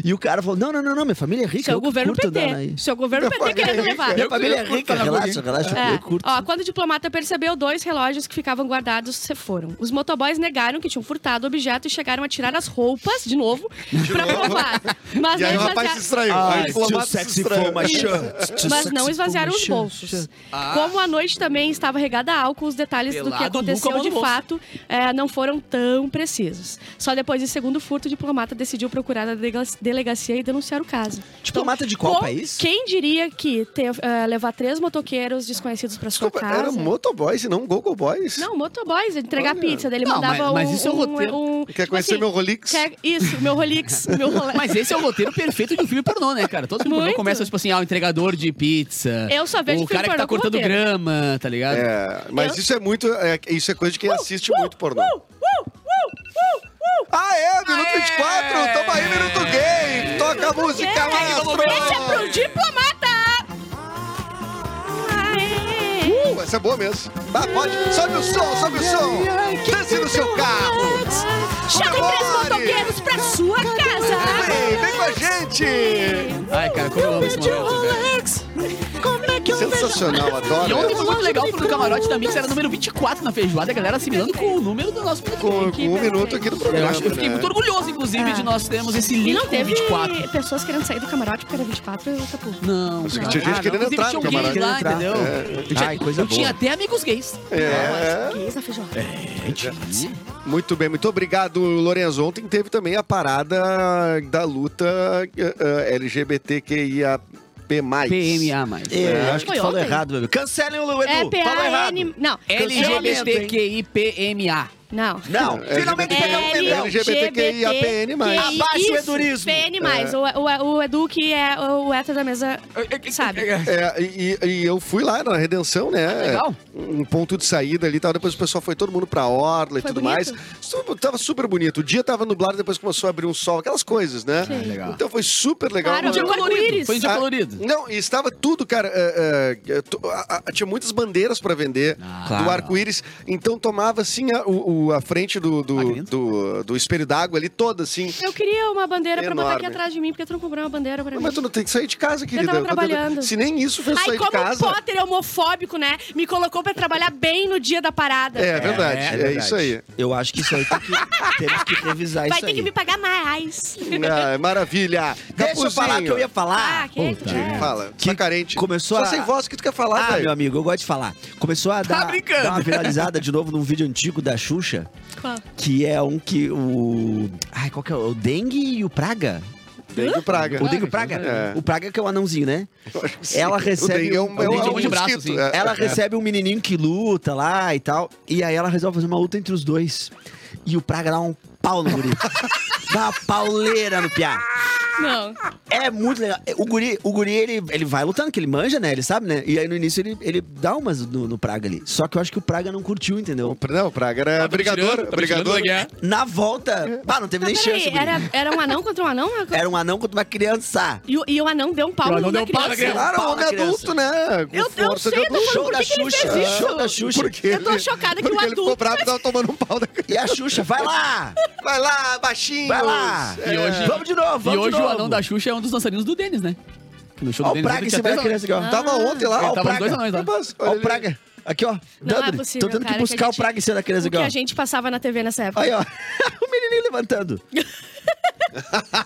E o cara falou: não, não, não, não, minha família é rica.
Seu
eu que
governo
curto andar
PT.
aí.
Seu governo PT querendo levar.
Minha família é
curto
rica,
andar na
relaxa, relaxa.
É.
Eu curto.
Ó, quando o diplomata percebeu, dois relógios que ficavam guardados se foram. Os motoboys negaram que tinham furtado o objeto e chegaram a tirar as roupas de novo pra provar. Mas
E aí o
não
rapaz se
esvaziaram,
estranhou. Aí o
It's
diplomata
too
se
sexy
estranhou.
for my shirt. Too
mas
sexy
não
for
esvaziaram
my
os
shirt.
bolsos. Como a noite também estava regada a álcool, os detalhes do que
Pelado,
aconteceu
nunca
de
mão no
fato eh, não foram tão precisos. Só depois do segundo furto, o diplomata decidiu procurar a delega- delegacia e denunciar o caso.
Diplomata de é qual
com-
país?
Quem diria que ter, eh, levar três motoqueiros desconhecidos pra sua
Desculpa,
casa...
era motoboys e não gogo boys.
Não, motoboys, entregar
Olha.
pizza. Daí ele
Não,
mandava
mas- mas
um-
isso é um
um-
roteiro.
um-
Quer conhecer
assim,
meu Rolex?
quer- Isso, meu Rolex. meu Rolex.
Mas esse é o roteiro perfeito de um filme pornô, né, cara? Todo filme pornô
Muito.
começa, tipo assim, ah, o entregador de pizza.
Eu só vejo
O cara
filme
que
pornô
tá
com
cortando
roteiro.
grama, tá ligado?
É, mas
Eu-
isso é muito. é, isso é coisa de quem assiste muito pornô. Ah, é? Minuto 24? Tamo aí, Minuto Gay! Toca a música,
Esse é
Mastro!
pro diplomata!
Uh, essa é boa mesmo. Ah, pode. Sobe o som, sobe o som. Dance no seu carro.
Chame três
Comemore.
motoqueiros pra sua casa!
Vem, vem com a gente.
Ai, cara, como eu amo esse momento, velho.
Sensacional, adoro.
E ontem foi muito legal, porque no camarote da Mix era número 24 na feijoada, a galera assimilando com o número do nosso
Com,
programa.
com um minuto aqui do
Eu,
programa.
acho- eu fiquei
né?
muito orgulhoso, inclusive, de nós termos esse
Ah. E
link
não
com
teve
24.
pessoas querendo sair do camarote porque era 24 e acabou.
Não,
Mas que
não.
tinha gente querendo
inclusive
entrar
tinha
no
um gay
camarote.
lá,
Entrar.
ah,
entendeu? Eu tinha-
Ai, coisa
eu tinha
boa.
até amigos gays.
É.
Que isso, feijão.
Muito bem, muito obrigado, Lorenzo. Ontem teve também a parada da luta eh, eh, LGBTQIAP+.
PMA+. mais.
É, eu acho que
Foi
tu falou
ontem.
errado, meu. Cancelem o Edu.
É
falou errado.
PAN. Não, É,
LGBTQIPMA.
Não.
Não, finalmente
é, um
pegamos o Pedrão.
LGBTQIAPN+.
Abaixo o
Isso,
edurismo.
PN+, o, o, o Edu que é o hétero da mesa, sabe?
É, e, e- e eu fui lá na Redenção, né?
legal.
Um ponto de saída ali e tal. Depois o pessoal foi todo mundo pra Orla e
Foi
tudo mais.
bonito?
Su- Tava super bonito. O dia tava nublado, depois começou a abrir um sol. Aquelas coisas, né?
Sim. Ah,
legal.
Então foi super legal.
Claro,
Uma-
de cor- arco-íris.
Foi um dia
Ah,
colorido.
Não, e estava tudo, cara. é, é, é, tu- a- a- tinha muitas bandeiras para vender do
Ah, claro.
arco-íris. Então tomava assim a, o- o- a frente do, do,
Magnífico.
do- do espelho d'água ali toda assim.
Eu queria uma bandeira pra botar aqui
Enorme.
atrás de mim, porque tu não comprou uma bandeira pra mim.
Mas tu não tem que sair de casa, querida.
tava
Tá tendo-
trabalhando.
Se nem isso fez
Ai,
sair
como
de casa.
o Potter é homofóbico, né? Me colocou pra trabalhar bem no dia da parada.
É, verdade,
é
é, isso aí.
Eu acho que isso aí tem que, temos que revisar é
Vai
isso
ter
aí.
que me pagar mais.
Ah, é maravilha.
Deixa eu falar o que eu ia falar.
Ah, que tu quer?
Fala, que
Que
carente.
começou
Só
a-
sem voz o que tu quer falar,
Ah,
velho.
meu amigo, eu gosto de falar. Começou a
Tá
dar,
brincando.
dar uma viralizada de novo num vídeo antigo da Xuxa,
Qual?
que é um que o... Ai, qual que é? O Dengue e o Praga?
Dengue Praga.
O Dengue e o Praga?
É.
O Praga que é o anãozinho, né?
Sim,
Ela
O
recebe...
dengue é
um-
um, é
o
um,
dengue
é
é
um
um de braço,
mosquito.
assim.
É.
Ela recebe um menininho que luta lá e tal. E aí ela resolve fazer uma luta entre os dois. E o Praga dá um pau no guri. dá uma pauleira no piá.
Não.
É muito legal. O guri, o guri ele, ele vai lutando, que ele manja, né? Ele sabe, né? E aí no início ele, ele dá umas no, no Praga ali. Só que eu acho que o Praga não curtiu, entendeu?
Não, Praga
Tá
era brigador. brigador.
É,
Na volta, bah, não teve
Não,
nem
peraí,
chance. guri.
era, era um anão contra um anão?
Era um anão contra uma criança.
E, o- e o anão deu um pau
O
no
anão
numa
deu um pau na
criança.
Claro,
Pau
homem
na criança.
adulto, né? Com
Eu- eu
força de
sei, eu tô
adulto.
falando,
Show
por
da
que que ele
Xuxa.
fez isso?
Show da Xuxa.
Porque
Eu tô
ele-
chocada que
porque
o
ele ficou
adulto
bravo e tava tomando um pau da
E a Xuxa, vai lá!
Vai lá, baixinho.
Vai lá!
E hoje-
Vamos de novo,
E
vamos
hoje
de
o
novo.
anão da Xuxa é um dos dançarinos do Denis, né? No show
Ó
do
o
Denis.
Praga em
ele tinha
cima da
três
criança aqui, ó. Tá,
Tava ontem lá.
Ele
ó,
tava
pra-
nos dois anões lá.
Rapaz,
Ó
olha
o
ele.
Praga. Aqui, ó.
Não
Dando-
é possível,
Tô tendo que
cara,
buscar
que a
o
gente-
Praga em cena criança
O que
aqui, ó.
a gente passava na TV nessa época.
Aí, ó. o menininho levantando.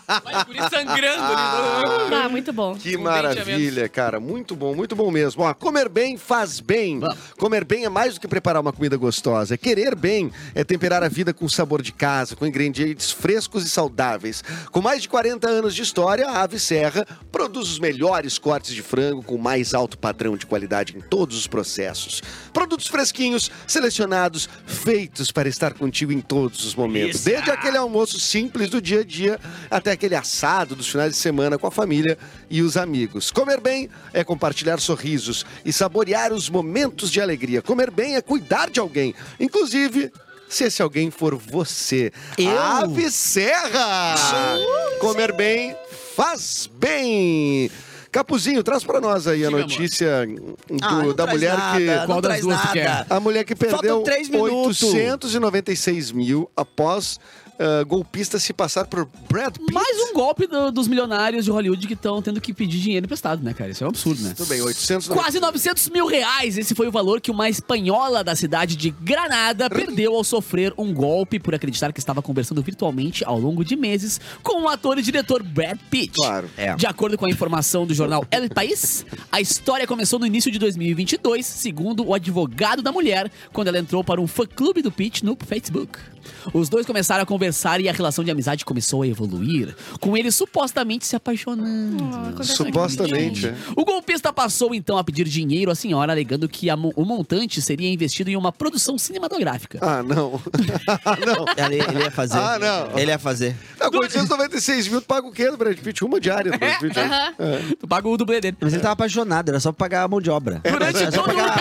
Vai, o guri sangrando ali.
Ah, muito bom.
Que
Um dente a
maravilha, cara. Muito bom, muito bom mesmo. Ó, comer bem faz bem. Comer bem é mais do que preparar uma comida gostosa. É querer bem, é temperar a vida com o sabor de casa, com ingredientes frescos e saudáveis. Com mais de 40 anos de história, a Ave Serra produz os melhores cortes de frango com o mais alto padrão de qualidade em todos os processos. Produtos fresquinhos, selecionados, feitos para estar contigo em todos os momentos.
Isso.
Desde aquele almoço simples do dia a dia até aquele assado dos finais de semana com a família e os amigos. Comer bem é compartilhar sorrisos e saborear os momentos de alegria. Comer bem é cuidar de alguém, inclusive se esse alguém for você.
Eu?
Ave Serra! Comer bem faz bem! Capuzinho, traz pra nós aí
Diga,
a
amor.
notícia do-
Ah, não
da
traz
mulher
nada,
que
não
Qual das
traz
duas tu
nada.
quer?
a mulher que
Faltam
perdeu
três minutos.
896 mil após ah, golpista se passar por Brad Pitt.
Mais um golpe do- dos milionários de Hollywood que estão tendo que pedir dinheiro emprestado, né, cara? Isso é um absurdo, né?
Tudo bem, 800...
Quase 900 mil reais. Esse foi o valor que uma espanhola da cidade de Granada perdeu ao sofrer um golpe por acreditar que estava conversando virtualmente ao longo de meses com o ator e diretor Brad Pitt.
Claro.
É.
De acordo com a informação do jornal El País, a história começou no início de 2022, segundo o advogado da mulher, quando ela entrou para um fã-clube do Pitt no Facebook. Os dois começaram a conversar e a relação de amizade começou a evoluir, com ele supostamente se apaixonando.
Ah, conversa
Supostamente.
bonitinha.
é.
O golpista passou então a pedir dinheiro à senhora, alegando que a mo- o montante seria investido em uma produção cinematográfica.
Ah, não. ah, não.
Ele, ele ia fazer.
Ah, não.
Ele ia fazer.
Não, com 896 mil, tu paga o quê do Brad Pitt? Uma diária do Brad Pitt. né?
Aham.
Tu paga o dublê dele.
Mas ele tava apaixonado, era só pra pagar a mão de obra.
Durante
era, só
todo
pagar,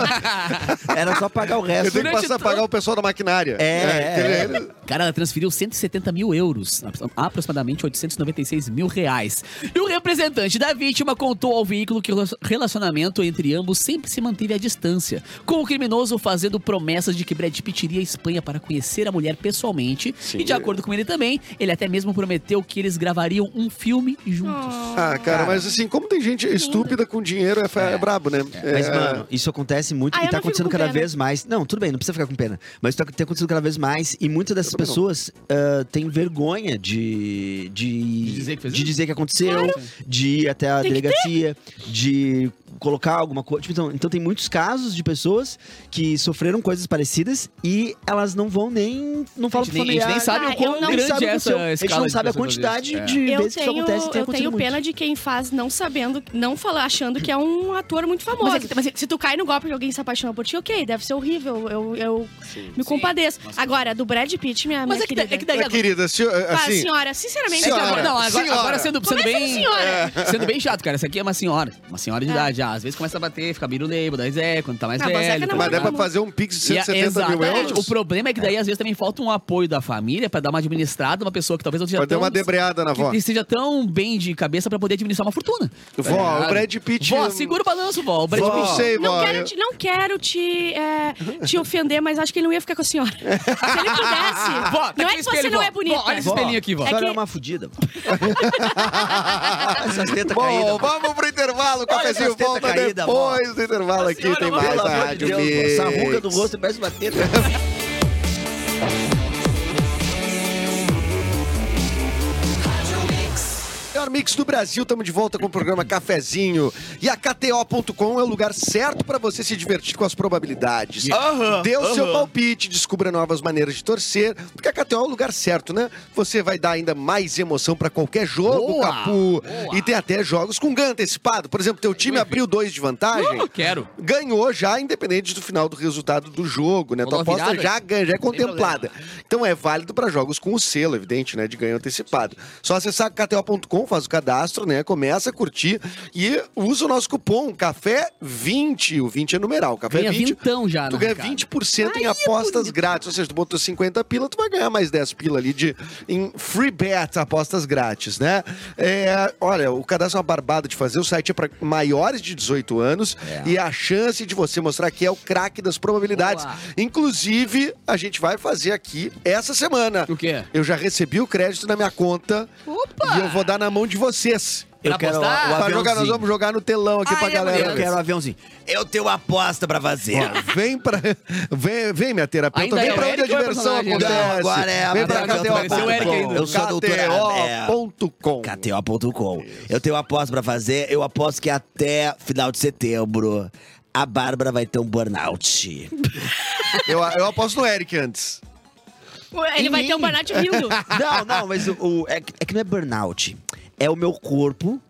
o.
era só pagar o
Eu
resto.
tenho que
Durante
passar a
todo-
pagar o pessoal da maquinária.
É, é,
que ele-
Cara, ela transferiu 170 mil euros, aproximadamente 896 mil reais. E o representante da vítima contou ao veículo que o relacionamento entre ambos sempre se manteve à distância, com o criminoso fazendo promessas de que Brad Pitt iria à Espanha para conhecer a mulher pessoalmente. E de acordo com ele também, ele até mesmo prometeu que eles gravariam um filme juntos.
Ah, cara, mas assim, como tem gente estúpida com dinheiro, é, fa- é brabo, né? É.
Mas, mano, isso acontece muito
Ah,
e
eu
tá
não fico
acontecendo
com
cada
pena.
vez mais. Não, tudo bem, não precisa ficar com pena. Mas tá, tem acontecido cada vez mais e muitas dessas pessoas ah, têm vergonha de. De,
De dizer que fez
de
isso?
dizer que aconteceu, de ir até a
Tem que
delegacia, de colocar alguma coisa. Tipo, então, então tem muitos casos de pessoas que sofreram coisas parecidas e elas não vão nem. Não falam pro
nem- a gente
familiar.
nem sabe
o quão
nem
grande é
sabe o que
essa
aconteceu. A gente
escala
não
de
sabe a
pessoas É.
quantidade
desse.
de
Ah, Eu
vezes que isso acontece.
tenho,
e tem
eu tenho
acontecido
pena
muito.
de quem faz não sabendo, não fala, achando que é um ator muito famoso.
Mas é que-
se tu cai no golpe de alguém que se apaixona por ti, ok, deve ser horrível. Eu, eu me compadeço. Agora, do Brad Pitt, minha,
Mas
minha
é que, da-
querida.
é que daí
Mas, querida, se,
Pá,
assim...
senhora, sinceramente,
É que agora,
Senhora.
não, agora,
Senhora.
agora sendo, sendo
Começa
bem.
senhora.
Sendo bem chato, cara. Essa aqui é uma senhora. Uma senhora de
É.
idade já. Às vezes começa a bater, fica birulebo, dá Zé, quando tá mais
Ah, mas é que
velho.
não
tá
é
Mas
ligado?
dá pra fazer um pix de
E a-
170 mil
exatamente. O
euros?
problema é que daí às vezes também falta um apoio da família pra dar uma administrada, uma pessoa que talvez não seja
Pra ter
tão,
uma debreada na vó.
que seja tão bem de cabeça pra poder administrar uma fortuna. Tá
Vó,
ligado?
o Brad Pitt...
Vó, segura o balanço, vó. O Brad
Vó,
Pitt.
não sei,
Não
vó.
quero, te, não quero te, é, te ofender, mas acho que ele não ia ficar com a senhora. Se ele pudesse.
Vó, tá aqui
não é que
o
você
espelho,
não
vó.
é bonita.
Vó, olha esse espelhinho aqui, vó.
A senhora
que-
é uma fudida. Essas tetas
Bom,
caídas.
vamos pro intervalo. O cafezinho
essas tetas
volta
caídas,
depois do intervalo aqui. Tem mais
Pelo amor de
rádio.
Deus,
Mix.
Essa ruga do rosto parece uma teta.
Melhor mix do Brasil, estamos de volta com o programa Cafezinho. E a KTO.com é o lugar certo para você se divertir com as probabilidades. Dê o seu palpite, descubra novas maneiras de torcer, porque a KTO é o lugar certo, né? Você vai dar ainda mais emoção para qualquer jogo,
Boa!
Capu.
Boa!
E tem até jogos com ganho antecipado. Por exemplo, teu time abriu dois de vantagem.
Eu quero.
ganhou já, independente do final do resultado do jogo, né?
Ou
Tua
da
aposta
virada.
já, ganha, já é contemplada. Então é válido para jogos com o selo, evidente, né? De ganho antecipado. Só acessar KTO.com, faz o cadastro, né? Começa a curtir e usa o nosso cupom Café20. O 20 é numeral. Café
Ganha
20.
vintão já,
Tu
né,
ganha
cara?
20% em apostas grátis. Ou seja, tu botou 50 pila, tu vai ganhar mais 10 pila ali de, em free bet, apostas grátis, né? É, olha, o cadastro é uma barbada de fazer. O site é para maiores de 18 anos
É.
e a chance de você mostrar que é o craque das probabilidades.
Boa.
Inclusive, a gente vai fazer aqui essa semana.
O quê?
Eu já recebi o crédito na minha conta
Opa!
e eu vou dar na mão de vocês.
Eu
Pra
quero o, o
apostar?
Pra jogar, nós
aviãozinho.
vamos jogar no telão aqui
Ah,
pra
é,
galera.
Eu
ver.
quero o aviãozinho. Eu tenho uma aposta pra fazer.
Vem pra. Vem, vem minha terapeuta.
Ainda
vem
é
pra
o
onde a
Eric ou é
diversão
personagem?
acontece.
Não, agora é a
vem pra
terapeuta, vai ser o Eric
KTO.com.
ainda.
Eu sou doutorado, é.
KTO.com.
KTO.com. Eu tenho uma aposta pra fazer. Eu aposto que até final de setembro a Bárbara vai ter um burnout.
Eu, eu aposto no Eric antes.
Ele vai ter um burnout rindo.
Não, não, mas o, o- é, que- é que não é burnout. É o meu corpo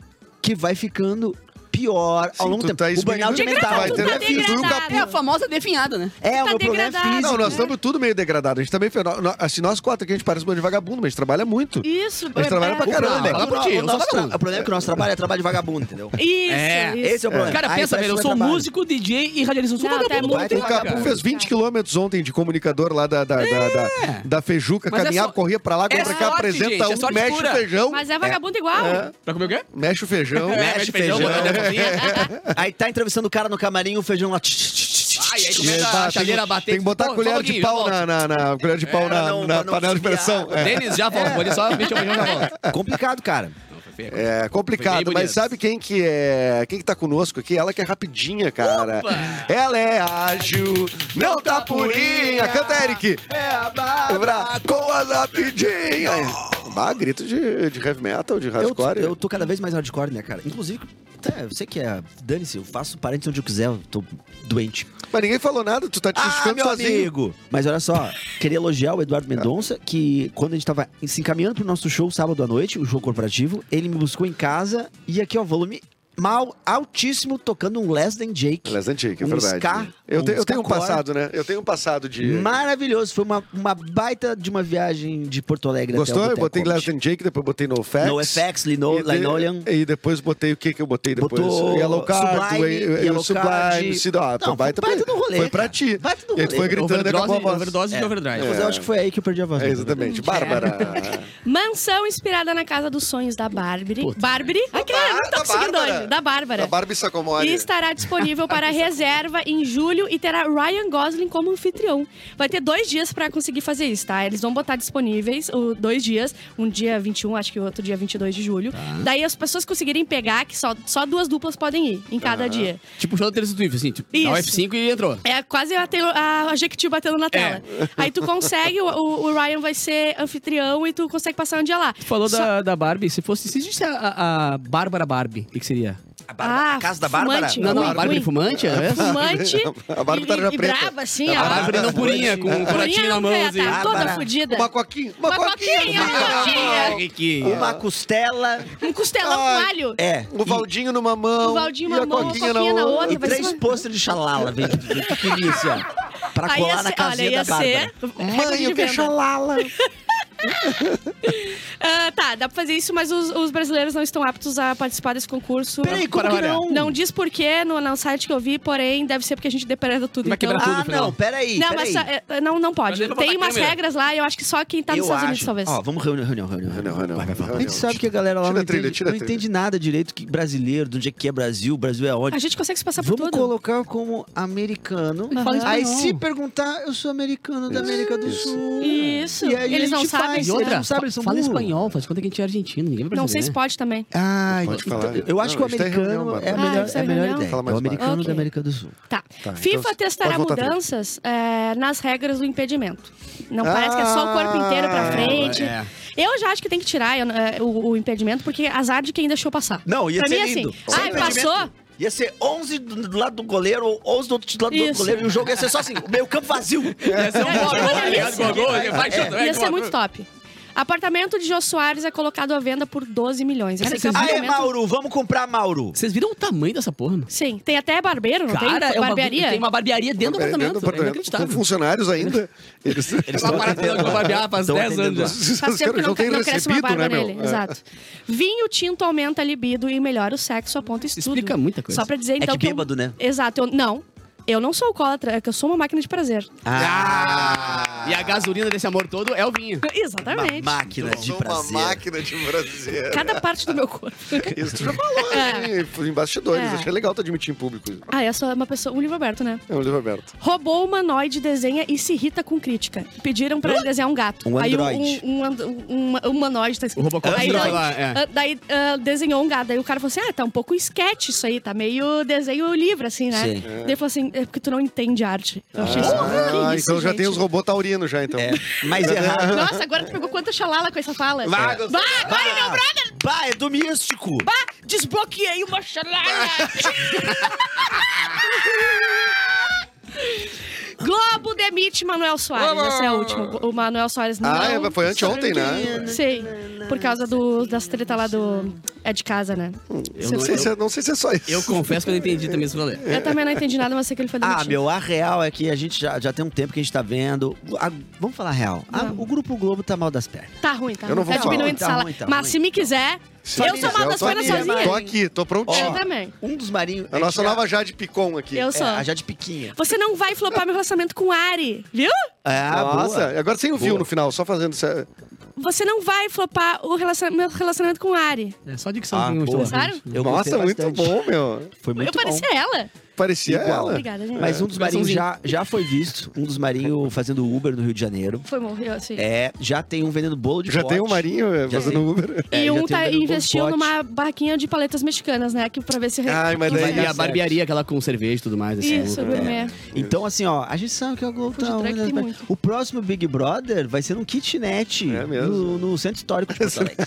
que vai ficando pior ao
Sim,
longo
tu
do tempo.
tá
o burnout
exprimindo,
mental.
vai ter
tá
né?
déficit, tu nunca-
degradado.
É a famosa definhada, né?
É,
tá
o meu problema é
degradado.
físico.
Não, nós
né?
estamos tudo meio degradado. A gente também fez. nó- nó- Assim, nós quatro aqui a gente parece um bando de vagabundo, mas a gente trabalha muito.
Isso,
Mas trabalha pra
O
caramba.
problema é
Fala
que o
por
no-
ti,
o
eu sou
nosso tra-
tudo.
o problema é que o nosso trabalho é trabalho de vagabundo, entendeu?
Isso,
É,
isso.
Esse é o problema.
Cara,
Aí
pensa,
parece
velho, eu
que
sou um
vai
músico, DJ e radialista. Eu sou um
Não, tá
vagabundo,
muito
tem
O Capu
cara.
fez 20 quilômetros ontem de comunicador lá da, da, da, da, da Feijuca.
Mas é
caminhava,
só-
corria pra lá, corria
é
pra cá,
sorte, gente,
apresenta
é
um,
sorte
mexe
pura.
o feijão.
Mas é vagabundo igual.
Pra comer o quê?
Mexe o feijão.
É, bota
mexe feijão.
na cozinha.
trabalhar. Aí tá entrevistando o cara no camarim, o feijão lá. tch, tch, tch, tch,
Ai, aí
tch,
começa
tch,
a
Tá, tem,
chaleira bater,
tem que botar
pô,
colher
só
de
um
pau
pouquinho,
na,
já
na, na- colher de pau
É,
na,
não,
na
pra não
panela de
subir a
pressão.
água.
É.
Denis, já volto. Vou ali só mexer o feijão já volto.
Complicado, cara.
É
Foi
complicado,
bem
mas
bonito.
sabe quem que é. Quem que tá conosco aqui? Ela que é rapidinha, cara. Ela é ágil, não tá purinha. Canta, Eric.
É a
Bra- Com as rapidinhas. Ah, grito de, de heavy metal, de
Eu,
hardcore. é.
eu tô cada vez mais hardcore, né, cara? Inclusive, até, eu sei que é. Dane-se, eu faço parênteses onde eu quiser, eu tô doente.
Mas ninguém falou nada, tu tá te
Ah,
justificando
meu
sozinho.
amigo! Mas olha só, queria elogiar o Eduardo Mendonça, que quando a gente tava se encaminhando pro nosso show sábado à noite, o show corporativo, ele me buscou em casa e aqui, ó, volume mal, altíssimo, tocando um Less Than Jake.
Elas antigas, é
Um
verdade.
ska,
eu,
um
te- eu tenho um
ska-core.
passado, né? Eu tenho um passado de.
Maravilhoso, foi uma, uma baita de uma viagem de Porto Alegre
Gostou?
é até o
Eu
Boteco
botei
Comedy.
Glass and Jake, depois botei No Facts.
No FX, Lino,
E de-
Linoleum.
E depois botei o que que eu botei depois?
Botou
Yellow Card,
Sublime,
Way- eu- eu-
Yellow
Sublime,
Card.
Cid- ah,
Não,
tu vai
foi
um
baita
também.
no rolê,
Foi pra
cara.
ti.
Baita no
E aí tu foi
rolê.
gritando e acabou a
Overdose,
voz.
overdose de overdrive.
Mas eu acho que foi aí que eu perdi a voz.
É, exatamente. Bárbara.
Mansão inspirada na casa dos sonhos da Barbie. Barbie? Ai, cara, não tô
Da
conseguindo
Bárbara.
hoje. Da Bárbara.
Da Barbie Sacomori.
E estará disponível para reserva em julho e terá Ryan Gosling como anfitrião. Vai ter dois dias para conseguir fazer isso, tá? Eles vão botar disponíveis o, dois dias, um dia 21, acho que o outro dia 22 de
Tá.
julho. Daí as pessoas conseguirem pegar, que só, só duas duplas podem ir em
Tá.
cada dia.
Tipo o show da Teresa Swift, assim. Tipo, dá o
Isso.
F5 e entrou.
É quase a, Taylor- a Jequiti batendo
É.
na tela. Aí tu consegue, o, o- o Ryan vai ser anfitrião e tu consegue passar um dia lá.
Tu falou
Só-
da, da Barbie. Se fosse. Se existe a, a, a Bárbara Barbie, o que, que seria?
A, Bárbara- a casa da Bárbara?
Ah, fumante.
Não, não, a
Ruim,
Bárbara
ruim.
fumante? É essa?
Fumante
A Bárbara tá
e-
já
e, e
preta.
braba, assim.
A
ó.
Bárbara não purinha, com um
Purinha
corotinho na
nunca
mão.
ia
Assim.
tá
Bárbara.
toda fodida.
Uma coquinha. Uma
Uma
coquinha.
coquinha, uma
Ah,
coquinha.
Riquinha.
Ah.
Uma costela.
Um costelão
Ai.
com alho.
É.
O Valdinho numa mão.
O Valdinho
e a
numa mão, a
coquinha na
coquinha na
outra.
outra.
E
vai
três
ser-
pôster de xalala, velho. Que delícia. Pra
Aí ia
colar na
ser, olha,
casinha
ia
da Bárbara.
ser. um recorde de
Mãe, eu quero
venda.
xalala.
Ah, tá, dá pra fazer isso, mas os, os brasileiros não estão aptos a participar desse concurso.
Peraí, como
Para
que é um?
variar.
não?
Não diz porquê no, no site que eu vi, porém, deve ser porque a gente depreda tudo.
Vai
então...
quebrar tudo.
Ah, não, peraí,
Não, mas
peraí.
só- é, é, não, não
Mas
pode.
aí vai
Tem
botar
umas
câmera.
regras lá, eu acho que só quem tá nos
Eu
Estados Unidos
acho-
talvez.
Ó, vamos reunião, reunião, reunião. reunião.
Reunião, reunião.
A gente sabe que a galera lá
Tira
não,
a trilha,
entende,
tira a
não
trilha.
entende nada direito que brasileiro, de onde é que é Brasil, Brasil é onde.
a gente consegue se passar por
Vamos
tudo.
colocar como americano.
Fala
Aí
espanhol.
se perguntar, eu sou americano da América do
isso.
Sul.
Isso.
um. E aí a
Eles não
gente
sabem,
faz,
E
né?
eles
outra,
não sabem, eles são
fala
burros.
espanhol, faz conta que a gente é argentino, ninguém vai
Não sei se
perceber. né?
pode também.
Ai,
Pode
então,
falar.
eu acho
Não,
que o
isso é reunião,
americano é a
Bárbara.
Ah,
melhor,
isso
é
é
a melhor
reunião.
ideia.
Fala
É
mais
o americano
baixo.
da América do Sul.
Tá.
então
FIFA
você-
testará
pode voltar,
mudanças é, nas regras do impedimento. Não
Ah,
parece que é só o corpo inteiro pra frente.
é.
Eu já acho que tem que tirar eu, é, o, o impedimento, porque azar de quem deixou passar.
Não, ia
pra
ser
mim é
lindo.
assim.
Sem
Ai,
impedimento.
passou?
Ia ser 11 do do lado do goleiro ou 11 do outro do lado do outro
Isso.
goleiro. E o jogo ia ser só assim, o meio campo vazio.
Ia ser um
É,
gol,
é,
tá ligado?
é,
Gol, gol,
é,
vai,
é.
chuta, vai,
Ia
gol.
ser muito top. Apartamento de Jô Soares é colocado à venda por 12 milhões. é Eu sei que
Vocês
Aê,
apartamento-
Mauro, vamos comprar Mauro.
Vocês viram o tamanho dessa porra, mano?
Sim, tem até barbeiro, não
Cara,
tem?
é uma
Barbearia?
Tem uma barbearia dentro do
Dentro do
apartamento. É
apartamento, Com
inacreditável.
funcionários ainda. Eles,
Eles
Uma parada que eu barbeava faz
Estão
10 anos
atendendo
já.
lá.
Faz tempo que não, ca- não cresce uma barba nele.
É.
Exato. Vinho tinto aumenta a libido e melhora o sexo a ponto estudo.
Explica muita coisa.
Só pra dizer,
É
então...
que bêbado,
eu...
né?
Exato. eu- Não. Eu não sou alcoólatra, é que eu sou uma máquina de prazer.
Ah!
E a gasolina desse amor todo é o vinho.
Exatamente.
Uma máquina de
Sou uma
prazer.
máquina de prazer.
Cada parte do meu corpo.
Isso tu já falou hein, em bastidores.
É.
Achei legal tu admitir em público. isso.
Ah, essa é uma pessoa, um livro aberto, né?
É o livro aberto.
Robô humanoide desenha e se irrita com crítica. Pediram pra ele desenhar um gato.
Um
Aí
androide.
Um, um, and- um- um humanoide tá escrito.
O Robocop
Aí,
androide.
daí,
Lá, é.
ah, daí, ah, desenhou um gato. Aí o cara falou assim: ah, tá um pouco sketch isso aí, tá meio desenho livre, assim, né?
Sim.
Daí ele falou assim: é porque tu não entende arte. Eu achei isso.
Ah,
que isso,
então já
gente?
tem os robôs taurinos já, então.
É, mas errado.
Nossa, agora tu pegou quanta xalala com essa fala. Vai, vai, meu brother!
Bah, é do místico.
Bah, desbloqueei uma xalala! Globo demite Manuel Soares. Esse é o último. O Manuel Soares não.
Ah, é, foi anteontem, né?
Sei. Por causa do, das treta lá do. É de casa, né?
Não sei, se é, não sei se é só isso.
Eu confesso que eu não entendi também esse valor.
É.
Eu também não entendi nada, mas sei que ele foi demitido.
Ah, meu, a real é que a gente já, já tem um tempo que a gente tá vendo. A- vamos falar a real. A- o Grupo Globo tá mal das pernas.
Tá ruim, tá
Eu não
ruim. Tá
vou falar.
diminuindo de
Tá
sala.
ruim, tá
mas
ruim,
se me quiser, eu
Família,
sou uma das
tô
pernas
aqui,
sozinha.
Tô aqui, tô
Eu
prontinho.
também.
Um dos marinhos.
a nossa
gente,
nova Jade Picon aqui.
Eu
É,
sou.
a Jade Piquinha.
Você não vai flopar meu relacionamento com Ari, viu?
Ah,
Nossa,
boa.
agora sem o viu
Boa.
no final, só fazendo essa-
Você não vai flopar o relaciona- meu relacionamento com Ari.
É só
Ah,
dicçãozinho.
boa.
Sério?
Eu
Nossa,
gostei
muito
bastante.
bom, meu.
Foi muito
eu parecia ela.
Ah, Parecia
Igual.
ela.
Obrigada,
bom.
gente.
Mas um dos marinhos já, já foi visto. Um dos marinhos fazendo Uber no Rio de Janeiro.
Foi morreu, assim.
É, já tem um vendendo bolo de
Já
pote.
tem o Marinho é,
Já
fazendo
tem.
Uber.
É,
E
já
um
tem um
tá,
vendedor
investiu
pote.
numa barraquinha de paletas mexicanas, né? Que pra ver se.
Ai, mas daí-
E
Tá
a
certo.
barbearia, aquela com cerveja e tudo mais. assim,
Isso,
lucro, né?
gourmet.
É.
Então, assim, ó, a gente sabe que é o Globo
Food
tá
truck
uma das
tem
pe-
muito.
O próximo Big Brother vai ser num kitnet
É mesmo.
No, no Centro Histórico de Porto Alegre.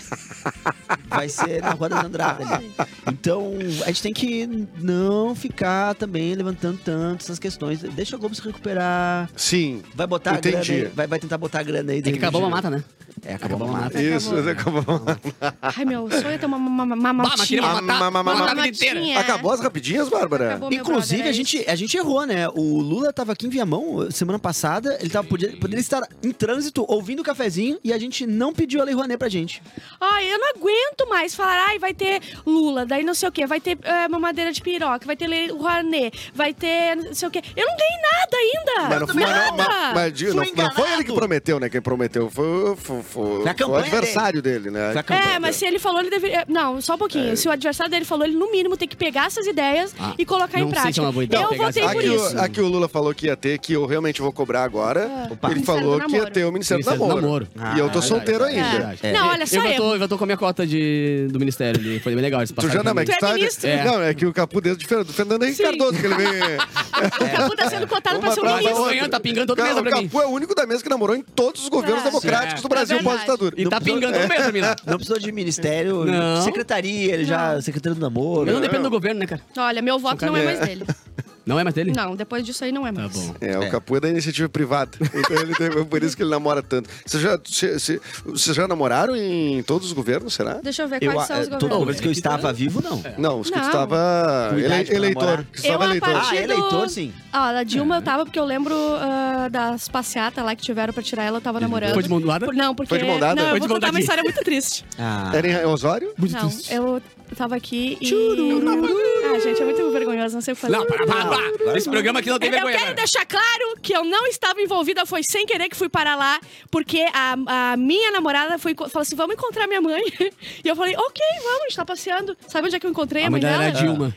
vai ser na Rua das Andradas ali. Então, a gente tem que não ficar também levantando tanto essas questões. Deixa o Globo se recuperar.
Sim.
Vai botar a
Entendi.
grana aí, vai, vai tentar botar a grana aí.
É que
dentro
acabou
de-
a mata, né?
É, acabou a
Acabou a
mata.
Isso,
Acabou.
acabou.
Ai, meu sonho é ter uma
Bah, mas queria
mamatinha.
Ah,
matar
ma- ma- ma-
matar a vida inteira.
é?
Acabou as rapidinhas, Bárbara?
Inclusive, a gente, a gente errou, né? O Lula tava aqui em Viamão eh, semana passada. Ele tava, podia, poderia estar em trânsito, ouvindo o cafezinho, e a gente não pediu a Lei Rouanet pra gente.
Ai, eu não aguento mais falar, ai, vai ter Lula, daí não sei o quê, vai ter é, mamadeira de piroca, vai ter Lei Rouanet, vai ter não sei o quê. Eu não ganhei nada ainda!
Mas não, foi, mas,
nada!
não- mas- mas de-
Fui
não- não foi ele que
enganado.
prometeu, né? Quem prometeu foi, foi- foi-
Foi a
foi o
campanha
adversário dele, né?
Foi a campanha.
É, mas se ele falou, ele deveria. Não, só um pouquinho. Se o adversário dele falou, ele no mínimo tem que pegar essas ideias
É. Ah,
e colocar
não
em
sei se
prática.
é uma boa ideia
eu
pegar
votei
essas
por
Aqui
ideias.
isso. Ah.
o, aqui o Lula falou que ia ter, que eu realmente vou cobrar agora.
Opa.
Ele
Ministério
falou
do
que ia
Namoro.
ter o Ministério
Ministério
do é Namoro.
do Namoro.
e eu
Ah,
tô
é
solteiro
É.
ainda.
É.
Não, olha só
Eu
eu.
votou, eu votou com a minha cota de, do ministério ali. Foi bem legal esse
Tu
passado.
já não, mas
Tu é
tá-
ministro?
É.
Não, é que o capu desse de Fer- do Fernando Henrique
Sim.
Cardoso, que ele veio.
O Capu tá sendo cotado pra
Uma
ser
pra
um
Mas
outra.
ministro.
amanhã tá pingando toda
Cara,
mesa
o
pra mim.
Capu é o único da mesa que namorou em todos os governos
Ah,
democráticos
sim, é.
do Brasil
É verdade.
pós-ditadura.
E tá pingando toda
É.
mesa, mina.
Não precisou de ministério,
Não.
secretaria, ele já. Secretário do namoro.
Eu não dependo do governo, né, cara?
Olha, meu voto não é mais dele.
Não é mais dele?
Não, depois disso aí não é
Tá
mais.
bom.
É, o Capu é da iniciativa privada. Então ele tem, por isso que ele namora tanto. Vocês já, cê- cê- vocês já namoraram em todos os governos, será?
Deixa eu ver
Eu,
quais são
é,
os
eh, todo
governos.
momento que eu
tá-
estava vivo, não.
Não, os que tu
Não.
estava
Com idade
ele-
pra
eleitor.
namorar.
Que tu
Eu,
estava
a
eleitor.
partir
é
Ah, eleitor,
do-
sim.
Ah, da
Uhum.
Dilma eu tava, porque eu lembro ah, das passeatas lá que tiveram pra tirar ela, eu tava namorando.
Uhum. Foi de mão dada?
Por- Não, porque...
Foi de mão dada?
Não, eu
Foi de
vou
mão
contar uma
dadinha.
história muito triste.
Ah.
Era em Osório?
não, eu tava aqui e... Ah, gente, é muito vergonhoso, não sei o que fazer.
Não, para, para, para. Esse programa aqui não tem
Eu
vergonha.
quero
né?
deixar claro que eu não estava envolvida, foi sem querer que fui parar lá, porque a, a minha namorada foi, co- falou assim: vamos encontrar minha mãe. E eu falei, ok, vamos, a gente tá passeando. Sabe onde é que eu encontrei a,
A
mãe
mulher
dela?
era Dilma.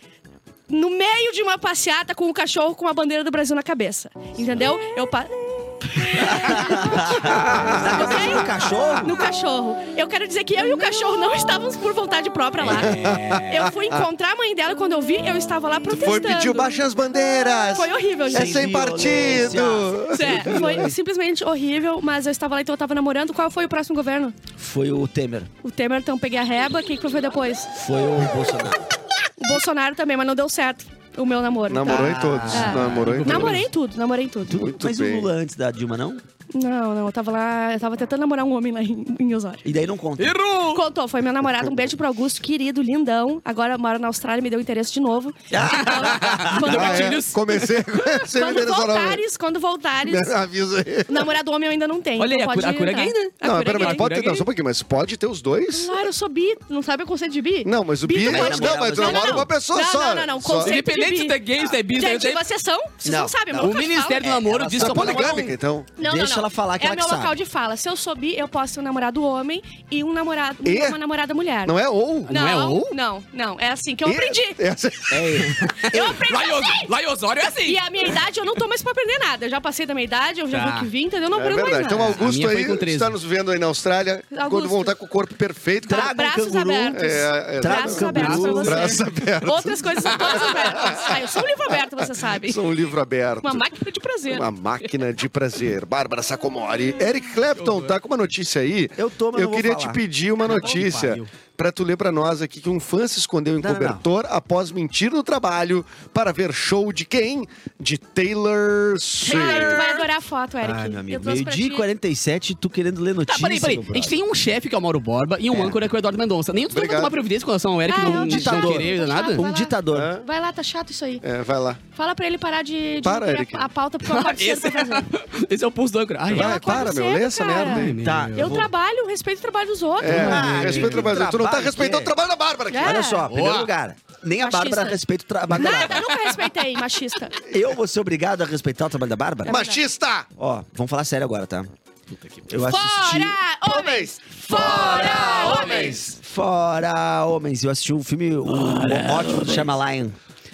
No meio de uma passeata com o cachorro com a bandeira do Brasil na cabeça. Entendeu? Eu pa...
Na cabeça do cachorro?
No cachorro. Eu quero dizer que eu e o cachorro não estávamos por vontade própria lá. Eu fui encontrar a mãe dela quando eu vi, eu estava lá protestando.
Foi pedir baixa as bandeiras.
Foi horrível, gente.
É sem
violência.
partido.
É, foi simplesmente horrível, mas eu estava lá, então eu estava namorando. Qual foi o próximo governo?
Foi o Temer.
O Temer, então peguei a reba. Quem que foi depois?
Foi o Bolsonaro.
O Bolsonaro também, mas não deu certo o meu namoro.
Namorou
tá?
em todos.
Ah.
Namorou em todos.
Namorei em tudo, namorei em tudo.
Muito
Mas
bem.
o Lula antes da Dilma, não?
Não, não, eu tava lá, eu tava tentando namorar um homem lá em, em Osório.
E daí não conta.
Errou!
Contou, foi meu namorado. Um beijo pro Augusto, querido, lindão. Agora mora na Austrália, me deu interesse de novo. Então, quando,
Ah, é.
Gatilhos.
Comecei, comecei me
quando
direcionar.
voltares, quando voltares,
Avisa aí.
o namorado homem eu ainda não tenho.
Olha aí,
então
a
pode
cura- a cura é
entrar.
gay, né?
A
Não,
cura é
pera, mas
gay.
pode ter,
Gay.
não, só um pouquinho, mas pode ter os dois?
Claro, eu sou bi. Não sabe o conceito de bi?
Não, mas o Bi, é
tu
não,
pode
mas,
namorar.
não, mas tu
Não,
namora
não.
uma pessoa
Não,
só.
não, não, não,
Só-
conceito-
Independente
de
se é gay, se é bi, se é
Gente,
tem-
vocês são? Vocês não, sabem, mas eu
O
nunca falo.
Ministério do Namoro diz que
Tá
só pode namorar um.
poligâmica, então.
Não,
Deixa deixa ela falar que
é
ela que
meu
sabe.
local de fala. Se eu subir, eu posso ter um namorado homem e um namorado,
E?
uma namorada mulher.
Não é ou?
Não é
um?
ou?
Não, não. É assim que eu
E-
aprendi.
Essa- é
Eu aprendi
Lá em
assim.
Os- Lá em Osório é assim.
E a minha idade, eu não tô mais pra aprender nada. Eu já passei da minha idade, eu já
Tá.
vou que vim, entendeu? Eu não
É
aprendo
verdade.
mais
Então,
nada.
A
Augusto
minha foi
aí
com 13.
está nos vendo aí na Austrália. Quando
Augusto.
voltar com o corpo perfeito.
Traga um
Braços
canguru.
abertos.
É, é,
Traga
Braços
um
abertos pra
canguru.
você.
Braços abertos.
Outras coisas são todas abertas. Ah, eu sou um livro aberto, você sabe.
São um livro aberto.
Uma máquina de prazer.
Uma máquina de prazer. Bárbara Sacomori. Eric Clapton, tá com uma notícia aí.
Eu tô, mas
Eu
não vou
queria
falar.
te pedir uma notícia
pariu.
pra tu ler pra nós aqui que um fã se escondeu em
Não, não, não.
cobertor após mentir no trabalho para ver show de quem? De Taylor
Ai, tu
Swift.
vai adorar a foto, Eric.
Ai, Ah, meu
eu
amigo,
trouxe pra
meio-dia e
ti.
47, tu querendo ler
Tá,
notícia.
peraí, peraí.
meu
A gente
brother.
tem um chefe que é o Mauro Borba e um âncora que é o Eduardo Mendonça. Nenhum dos dois vai
Obrigado.
tomar providência com relação ao Eric,
Ah, é
não,
um
não
ditador.
querer nada.
Vai
Um
lá.
ditador.
Hã?
Vai lá, tá chato isso aí.
É, vai lá.
Fala pra ele parar de, de
Para,
ter
Eric.
a, a pauta, porque eu acordo cedo pra fazer.
Esse é o pulso do âncora. Ai,
Vai,
acordo
para, meu.
cedo,
Lê essa
cara.
merda aí.
Tá,
Eu trabalho, respeito o trabalho dos outros.
É,
mano.
Ah,
respeita o
Eric,
trabalho. Tu não tá
trabalho,
respeitando o
que-
trabalho da Bárbara aqui. né?
É.
Olha só, primeiro lugar. Nem a
Machista.
Bárbara respeita o trabalho da
Nada,
Bárbara.
eu nunca respeitei, machista.
Eu vou ser obrigado a respeitar o trabalho da Bárbara?
Machista!
Ó, vamos falar sério agora, tá? Eu assisti.
Fora! Homens!
Ah,
Fora! Homens!
Fora, homens. Eu assisti um filme um, ótimo que chama Lion.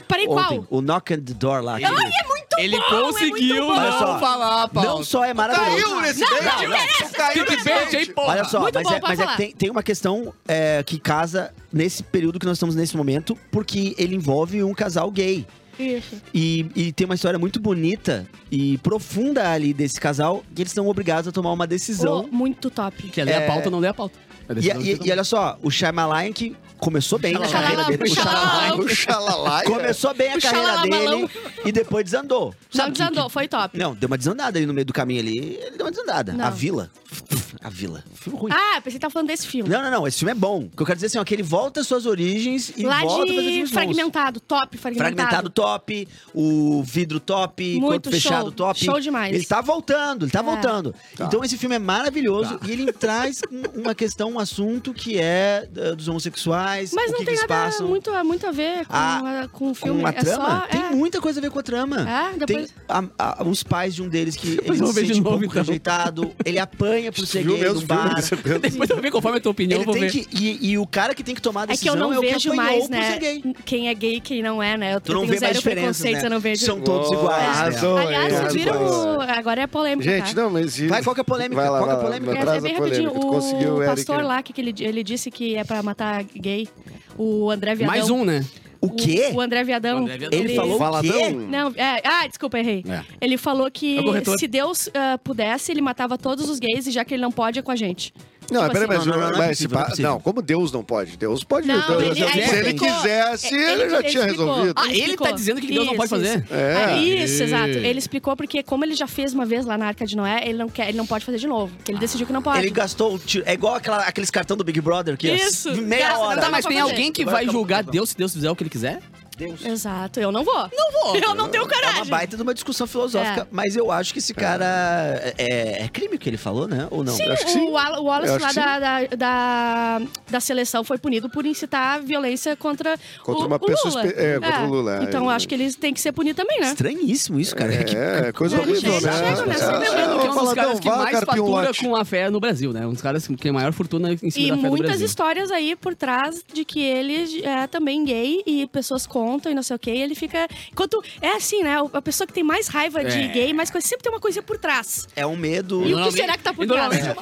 Parei,
Ontem,
qual?
o Knock at the Door lá. aquele-
Ai, é muito
Ele
bom! é
conseguiu
muito bom.
Olha
não
só.
falar, Paulo.
Não só é maravilhoso.
Caiu nesse
Tá Não,
beijo!
não
Tu Caiu nesse
Clickbait,
beijo!
hein, porra.
Olha só,
Muito
mas,
bom,
é,
pode
mas é que
falar.
tem, tem uma questão é, que casa nesse período que nós estamos nesse momento, porque ele envolve um casal gay.
Isso.
E, e tem uma história muito bonita e profunda ali desse casal, que eles são obrigados a tomar uma
Oh,
decisão.
muito top.
Quer ler a pauta ou não ler a pauta?
E, e- e olha só, o Shyamalan que começou bem na
Shyamalan,
carreira dele.
o Shyamalan.
O xalalaia.
Começou bem a
O
carreira
Shyamalan.
dele e depois desandou.
Não
que-
desandou, foi top.
Não, deu uma desandada ali no meio do caminho ali. Ele deu uma desandada.
Não.
A Vila. A Vila. Filme ruim.
Ah, pensei que tava falando desse filme.
Não, não, não. Esse filme é bom. O que eu quero dizer assim, ó, que ele volta às suas origens e
Lá
volta a fazer
de
filmes bons.
fragmentado, top, fragmentado.
Fragmentado top, o vidro top,
Muito
corpo fechado
show.
top.
Show demais.
Ele tá voltando, ele tá
É.
voltando. Então esse filme é maravilhoso e ele traz um- uma questão, um assunto que é eh, dos homossexuais,
Mas
o
não
que,
tem
que eles
nada
passam.
muito, muito a ver com,
Ah,
a- com o
Com
filme.
a
é
trama?
só.
tem
é.
muita coisa a ver com a trama.
É, depois-
Tem a- a- uns pais de um deles que ele
eu
se
vou ver de
sente um
novo,
pouco
então.
rejeitado, ele apanha por ser
Viu
gay
mesmo
num
filme,
bar.
você pensa?
Depois eu vou ver conforme a tua opinião,
Ele
eu vou
tem
ver.
que, e, e o cara que tem que tomar a
É que
decisão
eu não
é o que
vejo
apanhou
mais,
por
né?
ser gay.
Quem é gay e quem não é, né? Eu
Tu não
tenho
vê mais
zero
diferença,
preconceitos,
né?
eu não vejo.
São todos
Boa,
iguais. né?
arrasou,
Aliás,
hein,
vocês viram.
arrasou.
o- Agora é polêmica.
Gente,
tá?
não, mas... e-
Vai, qual que é a polêmica?
Vai lá,
qual que é a
vai lá,
polêmica?
vai lá.
É,
Traz
é bem
a polêmica,
rapidinho.
tu conseguiu,
O
Eric,
pastor
né?
lá que que ele, ele disse que é pra matar gay, o André Viadão.
Mais um, né?
O quê?
O André Viadão.
O André Viadão.
Ele falou o quê?
Faladão.
Não, é, ah, desculpa, errei.
É.
Ele falou que
É o corretor.
se Deus ah, pudesse, ele matava todos os gays e já que ele não pode, é com a gente.
Não,
Tipo
peraí,
assim,
mas,
não, não, não, não é
mas
possível,
esse
não é
pa-
possível.
não, como Deus não pode? Deus pode.
Não,
Deus-
ele- aí
se ele
explicou.
quisesse,
É,
ele, já
ele
tinha
explicou.
resolvido.
Ah, ele tá dizendo que Deus não pode fazer?
Isso.
É.
Ah, isso, exato. Ele explicou porque como ele já fez uma vez lá na Arca de Noé, ele não quer, ele não pode fazer de novo. Ele decidiu que não pode.
Ele gastou o tiro. É igual aquela- aqueles cartão do Big Brother que é
Isso.
meia
Gasta-
hora.
Dá
Tá, mas
pra
tem
fazer.
alguém que vai julgar Deus se Deus fizer o que ele quiser?
É, Exato, eu não vou. Não vou. Eu não tenho
É uma
coragem.
baita de uma discussão filosófica,
É.
mas eu acho que esse cara. É, é crime o que ele falou, né? Ou não?
Sim,
Eu acho que sim.
o Al- o Wallace
Eu acho que
lá da, da, da, da seleção foi punido por incitar violência contra,
Contra
o,
uma
o
pessoa
Lula.
espe- é, contra o Lula,
Então
é.
eu acho que eles têm que ser punidos também, né?
Estranhíssimo isso, cara. Que-
É, coisa
Ele
horrível,
chega-
né?
chega nessa-
É,
Lembrando que é um dos
Faladão,
caras que
vá,
mais
Carpinho
fatura
Lote.
com a fé no Brasil, né? Um dos caras que tem maior fortuna em cima
E
da fé do
muitas
Brasil.
histórias aí por trás de que ele é também gay e pessoas contam e não sei o que, e ele fica. Enquanto. É assim, né? A pessoa que tem mais raiva de
É.
gay, mais coisa, sempre tem uma coisinha por trás.
É um medo.
E o que
Normalmente-
será que tá por
e
trás?
normalmente é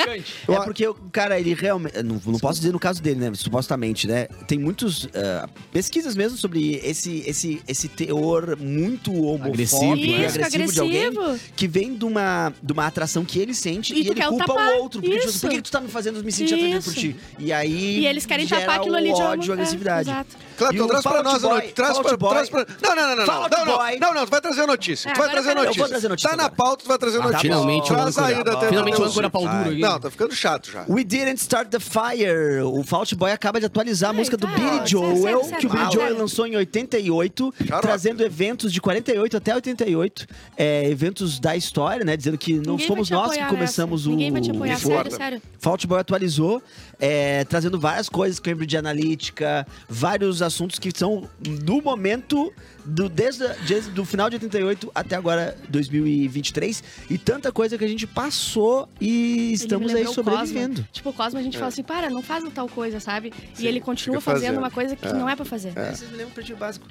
uma- Gigante.
É porque o cara, ele realmente. Não, não posso dizer no caso dele, né? Supostamente, né? Tem muitos. ah, pesquisas mesmo sobre esse, esse, esse teor muito homofóbico
Agressivo,
e
né?
Isso,
é agressivo, de alguém
agressivo.
que vem de uma, de uma atração que ele sente
E
e,
tu
ele
quer
culpa
tapar.
o outro. Porque, tipo,
Isso.
por que que tu tá me fazendo me sentir atraído por
Isso.
ti? E aí.
E eles querem
gera
tapar aquilo ali
o
de
ódio,
alguma- é,
agressividade.
exato.
E o
Clapton, traz pra
Fallout
nós a
Boy-
notícia. Traz
Fallout
pra,
Boy-
traz pra. Não, não, não, não.
Fallout
não, não,
Boy.
não, não, tu vai trazer a notícia.
É,
tu vai
agora
trazer a
eu vou
notícia.
trazer a notícia
Tá na
agora.
pauta, tu vai trazer a
Ah, tá
notícia.
Finalmente o
Traz aí
âncora-
da TV.
finalmente o
Não,
âncora pau duro aqui.
Não, tá ficando chato já.
We Didn't Start the Fire. O Fault Boy acaba de atualizar a
Ai,
música do
tá.
Billy
Sério,
Joel,
sério, sério,
que o Billy
sério.
Joel lançou em 88,
Caraca.
trazendo eventos de 48 até 88, é, eventos da história, né? Dizendo que não
Ninguém vai
fomos
te
nós que
apoiar
começamos
nessa.
o.
Ninguém vai te apoiar,
o
sério,
foda.
sério.
Fault Boy atualizou, é, trazendo várias coisas, Cambridge Analytica, vários assuntos que são, no momento, do, desde, a- desde do final de 88 até agora 2023 e tanta coisa que a gente passou e estamos
Ele me
aí
lembrou o Cosmo.
sobrevivendo.
Tipo, o Cosmo, a gente fala assim, para, não faz tal coisa, sabe?
Sim,
e ele continua
fica fazendo.
fazendo uma coisa que
É.
não é pra fazer.
Vocês me lembram do pretinho básico.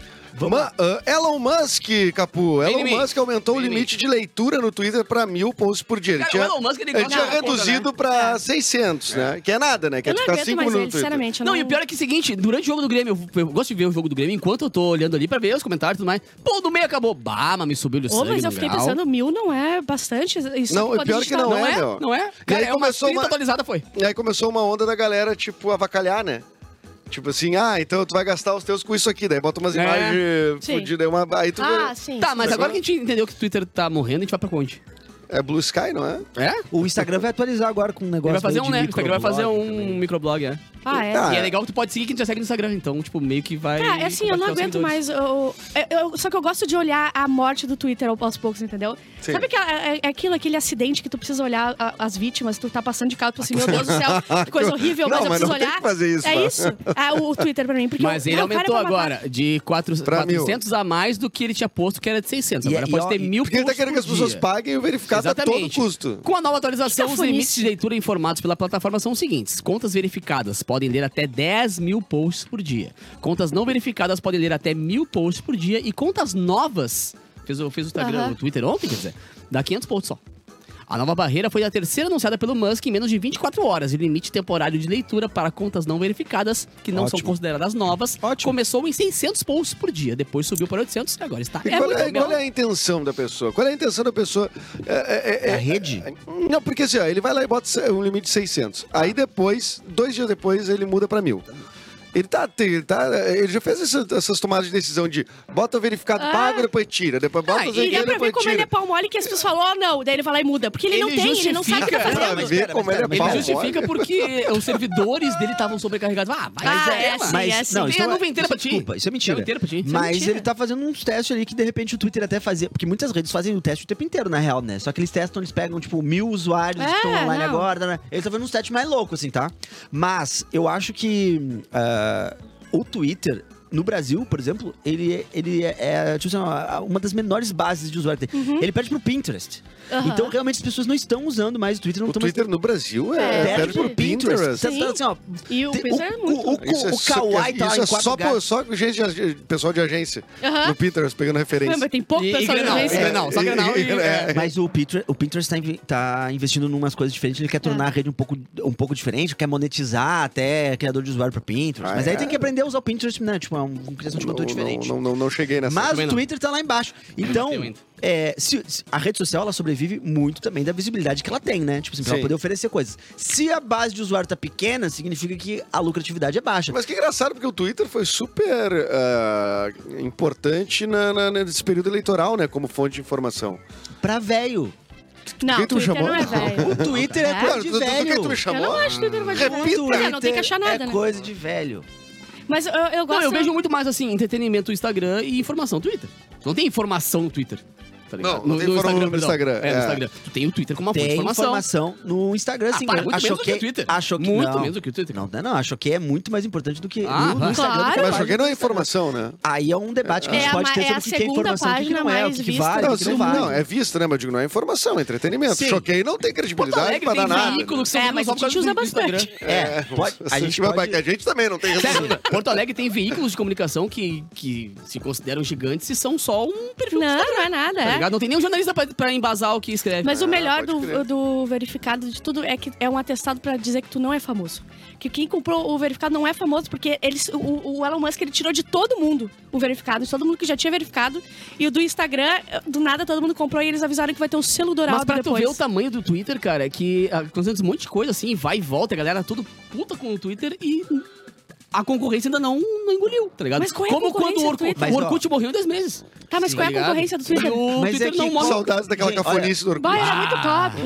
Ma- ah, Elon Musk, Capu.
Vem
Elon
em mim.
Musk aumentou
Vem
o
em mim.
limite de leitura no Twitter para mil posts por dia. Ele
Cara,
tinha,
o Elon Musk, ele
ele
gosta
tinha
da conta,
reduzido
né?
para 600, né? Que é nada, né? Que
Eu
é
não
ficar
aguento
cinco minutos.
mais
no
ele,
Twitter.
sinceramente. eu
Não, e o pior é que é o seguinte, durante o jogo do Grêmio, eu, eu gosto de ver o jogo do Grêmio enquanto eu tô olhando ali pra ver os comentários e tudo mais. Pô, no meio acabou. Bah, mas me subiu
é
o
Ô,
sangue
mas eu
no
fiquei
grau.
pensando, mil não é bastante. Isso
Não,
quando
e pior
a gente
que
tá-
não
Não
é,
é?
meu.
Não é?
E aí
Cara, é uma
começou
30
uma-
atualizada foi.
E aí começou uma onda da galera, tipo, avacalhar, né? Tipo assim, ah, então tu vai gastar os teus com isso aqui. Daí bota umas
É.
imagens
Sim.
fodidas. aí Uma... Aí tu...
Ah, sim.
Tá,
sim.
mas
Agora-
agora que a gente entendeu que o Twitter tá morrendo, a gente vai pra onde?
É Blue Sky, não é?
É?
O Instagram vai atualizar agora com um
Ele
negócio.
vai fazer
meio
um,
de
né? O Instagram vai fazer
microblog
um
também.
microblog, é.
Ah, é.
Tá.
E é legal que tu pode seguir quem tu já segue no Instagram. Então, tipo, meio que vai...
Cara, é assim, eu não
compartilhar os
aguento
seguidores.
mais. Eu, eu- eu- só que eu gosto de olhar a morte do Twitter ao- aos poucos, entendeu?
Sim.
Sabe aquela, é, é aquilo, aquele acidente que tu precisa olhar a- as vítimas, tu tá passando de carro, tu assim, meu Deus do céu, que coisa horrível,
Não,
mas eu
mas
preciso
não tem
olhar.
que fazer isso,
é
mano.
isso. Ah, o, o Twitter pra mim. Porque
Mas
eu-
ele
ah, o cara
aumentou
vai matar.
agora de quatro,
Pra mil.
400 a mais do que ele tinha posto, que era de 600.
E-
Agora
e
pode
ó,
ter
e-
mil
Porque ele tá
posts
querendo que
por
as pessoas
dia.
paguem o verificado a todo custo.
Com a nova atualização,
Que
os
cafonice.
limites de leitura e formatos pela plataforma são os seguintes: contas verificadas podem ler até 10 mil posts por dia, contas não verificadas podem ler até mil posts por dia e contas novas. Fez, o- fez o Instagram,
Aham.
o Twitter ontem, quer dizer, dá 500 posts só. A nova barreira foi a terceira anunciada pelo Musk em menos de 24 horas e o limite temporário de leitura para contas não verificadas, que não são
Ótimo.
consideradas novas,
Ótimo.
começou em 600 posts por dia, depois subiu para 800 e agora está.
E
É
qual,
muito
é, qual
legal.
é a intenção da pessoa? Qual é a intenção da pessoa? É, é, é,
Da rede?
é- não, porque assim, ó, ele vai lá e bota um limite de 600. Aí depois, dois dias depois, ele muda pra mil. Ele, tá, ele, tá, ele já fez essa- essas tomadas de decisão de bota verificado,
Ah.
paga, depois tira. Depois bota
Ah, e
o
E dá pra ver
depois
como ele
tira.
é pau mole que as pessoas falam, ó, não, daí ele vai lá e muda. Porque ele, não
Ele
tem, ele não sabe o que tá
justifica.
fazendo.
Pra
Não, mas
ver
pera,
como
mas
ele é
pera,
Ele
pau
justifica porque os servidores dele estavam sobrecarregados. Ah, vai,
Ah,
é,
é assim,
mano.
é assim.
Tem a
é-
nuvem inteira pra ti.
Desculpa, isso é mentira.
Tem a nuvem inteira pra ti. Isso é
Mas
mentira.
ele tá fazendo uns testes ali que de repente o Twitter até fazia. Porque muitas redes fazem o teste o tempo inteiro, na real, né? Só que eles testam, eles pegam, tipo, mil usuários que
É,
estão online
não.
agora, né? Ele tá fazendo uns testes mais loucos, assim, tá? Mas eu acho que ah, o Twitter. No Brasil, por exemplo, ele, é- ele é, é, tipo assim, ó, uma das menores bases de usuário. que tem. Ele perde pro Pinterest.
Aham.
Então, realmente, as pessoas não estão usando mais o Twitter. Não
O
estão
Twitter no Brasil é,
É,
perde pro Pinterest. é
Tá- tá assim, ó,
E o
tem-
Pinterest é muito.
o-
Isso é
o
só-
Kawaii tá lá
isso
em
é
quarto
só,
lugar.
pô- só com gente de ag- pessoal de agência.
Aham.
No Pinterest, pegando referência.
Não, mas tem pouco
E- e
pessoal de
Grenal,
agência.
e Grenal, só Grenal e-
É.
Mas o Pinterest, o Pinterest tá, inve- tá investindo em umas coisas diferentes, ele quer tornar a rede um pouco, um pouco diferente, quer monetizar até criador de usuário para Pinterest.
Ah,
mas aí
é?
tem que aprender a usar o Pinterest, né? Tipo, é um- uma criação de
Não,
conteúdo
não,
diferente.
não, não, não cheguei nessa.
Mas
também
o
não.
Twitter tá lá embaixo. Então,
Eu entendo.
é, se- se- a rede social ela sobrevive muito também da visibilidade que ela tem, né? Tipo assim, pra
Sim.
ela poder oferecer coisas. Se a base de usuário tá pequena, significa que a lucratividade é baixa.
Mas que engraçado, porque o Twitter foi super ah, importante na- na- nesse período eleitoral, né? Como fonte de informação.
Pra velho.
Não,
Quem
o
tu me
Twitter não
chamou?
é
O
velho.
Twitter é
É?
coisa
do,
de
do- do que tu
velho.
me
Eu
chamou?
não acho que o Twitter vai
Tá Repita.
velho. Quer dizer, Não tem que achar nada,
é
né?
coisa de velho.
Mas eu, eu
Não,
gosto.
eu vejo muito mais assim, entretenimento no Instagram e informação no Twitter. Não tem informação no Twitter. tá ligado?
Não, não tem informação no
perdão.
Instagram,
É,
é.
no Instagram. Tu tem o Twitter como uma fonte de
Tem
informação.
informação. no Instagram,
Ah,
sim.
para,
eu
muito
acho
menos do
que,
que o Twitter.
Acho que
Muito
não.
menos do que o Twitter.
Não, não, acho que é muito mais importante do que
Ah,
no, no
ah.
Instagram. do que na
Claro.
Mas
página
joguei
do
não é
Instagram.
informação, né?
Aí é um debate que a
É
gente
a
pode
ma-
ter
é
sobre
a
o que que é
segunda
informação e o que que não é, o
página
que, que
mais
vale,
vista.
o
Não,
que
sim,
que não
não,
vale.
é vista, né? Mas eu digo, não é informação, é entretenimento.
Sim.
Choquei não tem
Porto
credibilidade
Alegre
pra
tem
dar nada.
veículo que são
É,
vendidos
mas
só
a
por causa
gente
do-
usa
do Instagram.
bastante.
É, pode, a gente
vai-
pode...
a gente também não tem
Sério, Porto Alegre tem veículos de comunicação que, que se consideram gigantes e são só um perfil do
Não,
Instagram,
não é nada.
tá
é.
ligado? Não tem nenhum jornalista pra, pra embasar o que escreve.
Mas
Ah,
o melhor
pode
do,
crer.
do verificado de tudo é que é um atestado pra dizer que tu não é famoso. Que quem comprou o verificado não é famoso, porque eles, o, o Elon Musk ele tirou de todo mundo o verificado, de todo mundo que já tinha verificado. E o do Instagram, do nada todo mundo comprou e eles avisaram que vai ter o selo dourado
Mas pra tu
depois.
ver o tamanho do Twitter, cara, é que acontecendo um monte de coisa assim, vai e volta, a galera tudo puta com o Twitter e a concorrência ainda não, não engoliu, tá ligado?
Mas qual é a
Como
concorrência
quando o,
do
Orkut-
Twitter?
o Orkut morreu em 10 meses.
Tá, mas
Sim,
qual é a
tá ligado?
concorrência do Twitter?
E o
Mas é
Twitter
que
não
qual-
morre.
Saudades daquela
Gente,
cafonice do Orkut.
Bah, era muito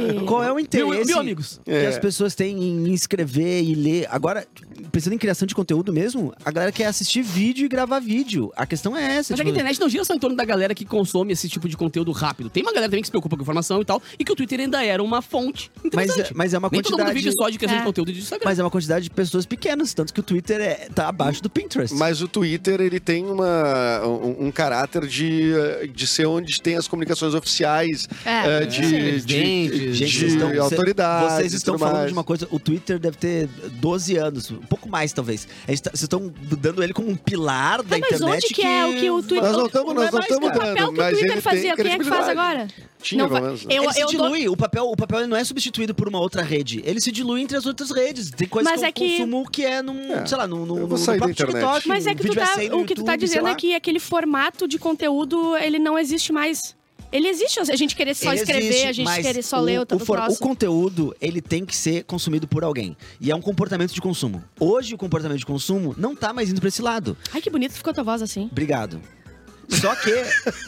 top.
Qual é o interesse
Meu- meu amigos.
que
É.
as pessoas têm em escrever e ler? Agora, pensando em criação de conteúdo mesmo, a galera quer assistir vídeo e gravar vídeo. A questão é
Mas
essa.
é que
tipo,
a internet não gira só em torno da galera que consome esse tipo de conteúdo rápido. Tem uma galera também que se preocupa com informação e tal, e que o Twitter ainda era uma fonte
mas,
interessante.
é- mas é uma
Nem todo mundo
quantidade...
vive só de criação de
É.
conteúdo de Instagram.
Mas é uma quantidade de pessoas pequenas, tanto que o Twitter é, é, tá abaixo do Pinterest.
Mas o Twitter, ele tem uma, um, um caráter de, eh, de ser onde tem as comunicações oficiais
É,
eh, de, de,
Presidente,
de
vocês estão-
autoridades
Vocês
e
estão
tudo
falando
mais.
de uma coisa. O Twitter deve ter 12 anos, um pouco mais talvez. A gente tá- Vocês estão dando ele como um pilar da
Tá, mas
internet.
onde que, é o que o Twitter...
Nós não tamo-
o-
nós não
mas
tamo
O papel
dando,
que o
mas ele
Twitter
tem
fazia, quem é que faz agora?
Tinha,
Não,
pelo
fa-
menos. né?
eu-
ele se
dou-
dilui, o, papel, o papel ele não é substituído por uma outra rede. Ele se dilui entre as outras redes. Tem coisas
Mas
que
é
eu
que-
consumo que é num,
É,
sei lá, num, num,
eu vou
num
sair da
próprio
internet.
TikTok.
Mas é
um
que tu
vídeo
tá,
essay no
o que tu tá
YouTube, sei
dizendo
lá.
é que aquele formato de conteúdo, ele não existe mais. Ele existe, a gente querer só
Ele
escrever,
existe,
a gente
mas
querer só ler o,
o,
o
for- o
troço.
conteúdo, ele tem que ser consumido por alguém. E é um comportamento de consumo. Hoje, o comportamento de consumo não tá mais indo pra esse lado.
Ai, que bonito ficou tua voz assim.
Obrigado. Só que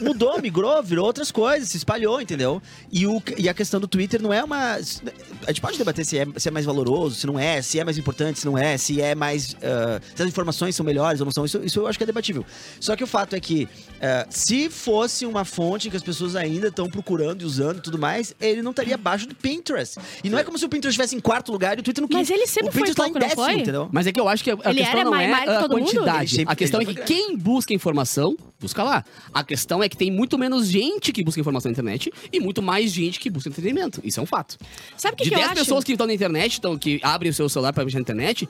mudou, migrou, virou outras coisas, se espalhou, entendeu? E, o, e a questão do Twitter não é uma. A gente pode debater se é, se é mais valoroso, se não é, se é mais importante, se não é, se é mais. ah, se as informações são melhores ou não são. Isso, isso eu acho que é debatível. Só que o fato é que, ah, se fosse uma fonte que as pessoas ainda estão procurando e usando e tudo mais, ele não estaria abaixo do Pinterest. E não é como se o Pinterest estivesse em quarto lugar e o Twitter no quinto.
Mas ele sempre
o Pinterest
foi
tá em
pouco, não
décimo,
foi?
entendeu?
Mas é que eu acho que a a
Ele
questão
era
não
mais- mais que
é a
todo mundo?
quantidade.
Ele sempre-
a questão é
ele
que
foi
quem busca informação, busca lá. A questão é que tem muito menos gente que busca informação na internet e muito mais gente que busca entretenimento. Isso é um fato.
Sabe o que,
De
que eu
10
acho?
pessoas que estão na internet, tão, que abrem o seu celular pra mexer na internet,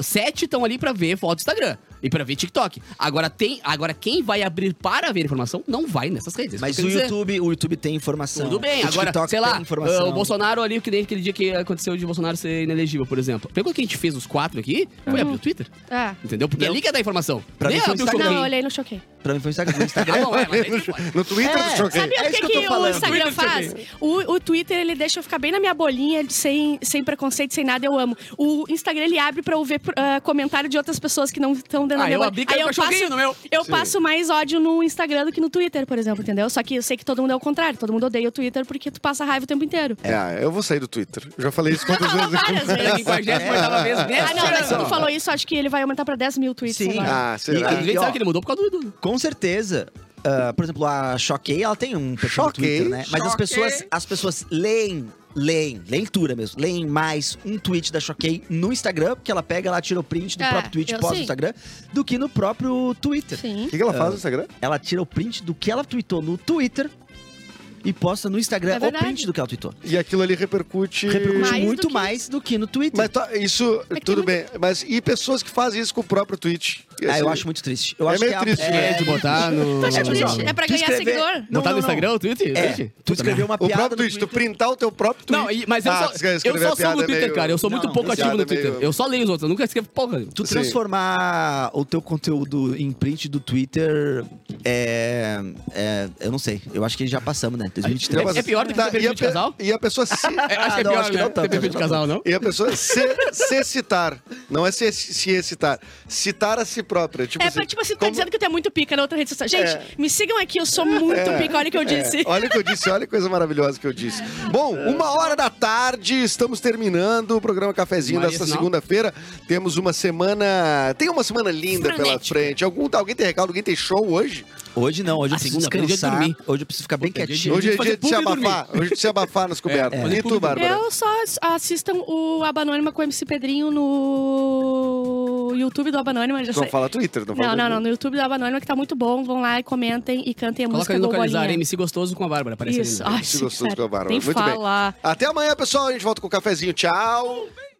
7 estão ali pra ver foto do Instagram e pra ver TikTok. Agora, tem, agora quem vai abrir para ver informação não vai nessas redes. É
Mas
Isso
o
que eu quero dizer.
YouTube, o YouTube tem informação.
Tudo bem,
o
agora,
TikTok
sei
tem
lá, ah,
informação.
o Bolsonaro ali, que nem aquele dia que aconteceu de Bolsonaro ser inelegível, por exemplo. Pegou que a gente fez os quatro aqui, foi abrir o Twitter.
É.
Entendeu? Porque
Não.
ali que é da informação.
Pra
Nem
mim foi
abre o
Instagram.
Choquei.
Não, eu olhei no choquei.
Pra mim foi um o Instagram. O Instagram
Ah, bom, é, mas aí não pode.
No Twitter,
É,
choquei.
sabe-
Sabe
É
o
isso
que,
que eu tô
que o
falando.
Instagram
Twitter
faz? O, o Twitter, ele deixa eu ficar bem na minha bolinha, de- sem, sem preconceito, sem nada, eu amo. O Instagram, ele abre pra eu ver ah, comentário de outras pessoas que não estão dentro
Ah,
da minha
eu
bolinha.
abri que era o cachorrinho no meu.
eu
Sim.
passo mais ódio no Instagram do que no Twitter, por exemplo, entendeu? Só que eu sei que todo mundo é o contrário. Todo mundo odeia o Twitter porque tu passa raiva o tempo inteiro.
É, eu vou sair do Twitter. Já falei isso quantas vezes.
Várias
Pela
vezes.
58ª vez, né?
Ah, não, mas se
Será?
tu falou isso, acho que ele vai aumentar pra 10 mil tweets
Sim.
agora.
Ah,
E,
será?
a gente
E, ó,
sabe que ele mudou por causa do Edu.
Com certeza. Ah, por exemplo, a Choquei, ela tem um perfil no
Choquei,
Twitter, né? Mas as pessoas, as pessoas leem, leem, leitura mesmo, leem mais um tweet da Choquei no Instagram, porque ela pega, ela tira o print do
É,
próprio tweet,
eu
posta
sim.
no Instagram, do que no próprio Twitter.
O
Sim.
que, que
É.
ela faz no Instagram?
Ela tira o print do que ela tweetou no Twitter e posta no Instagram
É
o
verdade.
print do que ela tweetou.
E aquilo ali repercute.
Repercute
Mais do
muito
que-
mais do que no Twitter.
Mas tá, isso,
É que
tudo
tem
bem. Mas e pessoas que fazem isso com o próprio tweet?
Ah, eu
Assim,
acho muito triste. Eu
É
acho
meio
que
triste,
é,
né?
É, de botar no.
Tu acha triste? É
Botar
pra
Tu
ganhar
escrever-
seguidor?
Não, não,
tá no
não.
Instagram, o Twitter?
É,
Twitter?
tu escreveu uma
O
piada
próprio
no
tweet, tu
Twitter.
printar o teu próprio tweet.
Não, e- mas eu
Ah,
só,
escrever
eu só
a piada
sou no
é
Twitter,
meio-
cara. Eu sou muito
Não,
pouco
piada
ativo no
é meio-
Twitter. Eu só leio os outros, eu nunca escrevo porra.
Tu
Sim.
transformar o teu conteúdo em print do Twitter é, é- Eu não sei. Eu acho que já passamos, né? 2023.
É pior do que
Tá,
ter
e a
perfil de
pe-
casal?
E a pessoa se.
É, acho que é
não,
pior,
acho que
né?
não tanto,
Ter perfil de
acho que não
casal, não?
E a pessoa se, se citar. Não é se, se excitar. Citar a si própria. Tipo
É
assim,
pra, tipo assim, tá
como-
dizendo que tu é muito pica na outra rede social. Gente,
É.
me sigam aqui, eu sou muito
É,
pica, olha o que eu
é.
disse.
Olha o que eu disse, olha que coisa maravilhosa que eu disse. Bom, uma hora da tarde, estamos terminando o programa Cafezinho
Maria,
desta
sinal?
segunda-feira. Temos uma semana. Tem uma semana linda pela
Frenética.
frente. Algum, alguém tem recado? Alguém tem show hoje?
Hoje não, hoje eu
Ah,
preciso
segunda-feira é dia de
descansar.
dormir.
Hoje eu preciso ficar bem
Puta, é dia de-
quietinho.
Hoje é
fazer
dia de
pub
se
e dormir.
abafar. Hoje é de se abafar nas cobertas.
fazer
E
pub
tu,
e dormir.
Bárbara?
Eu só ass- assistam o Abanônima com o MC Pedrinho no YouTube do Abanônima. Já
Tu não
sei.
fala Twitter, não fala
Não, não,
Twitter.
não. No YouTube do Abanônima que tá muito bom. Vão lá e comentem e cantem a
Coloca
música
aí
do
localizar
Bolinha.
MC Gostoso com a Bárbara, parece
Isso.
ali. né?
Ai,
Se gostoso
sério.
com a Bárbara.
Nem
Muito
fala.
bem. Até amanhã, pessoal. A gente volta com o cafezinho. Tchau.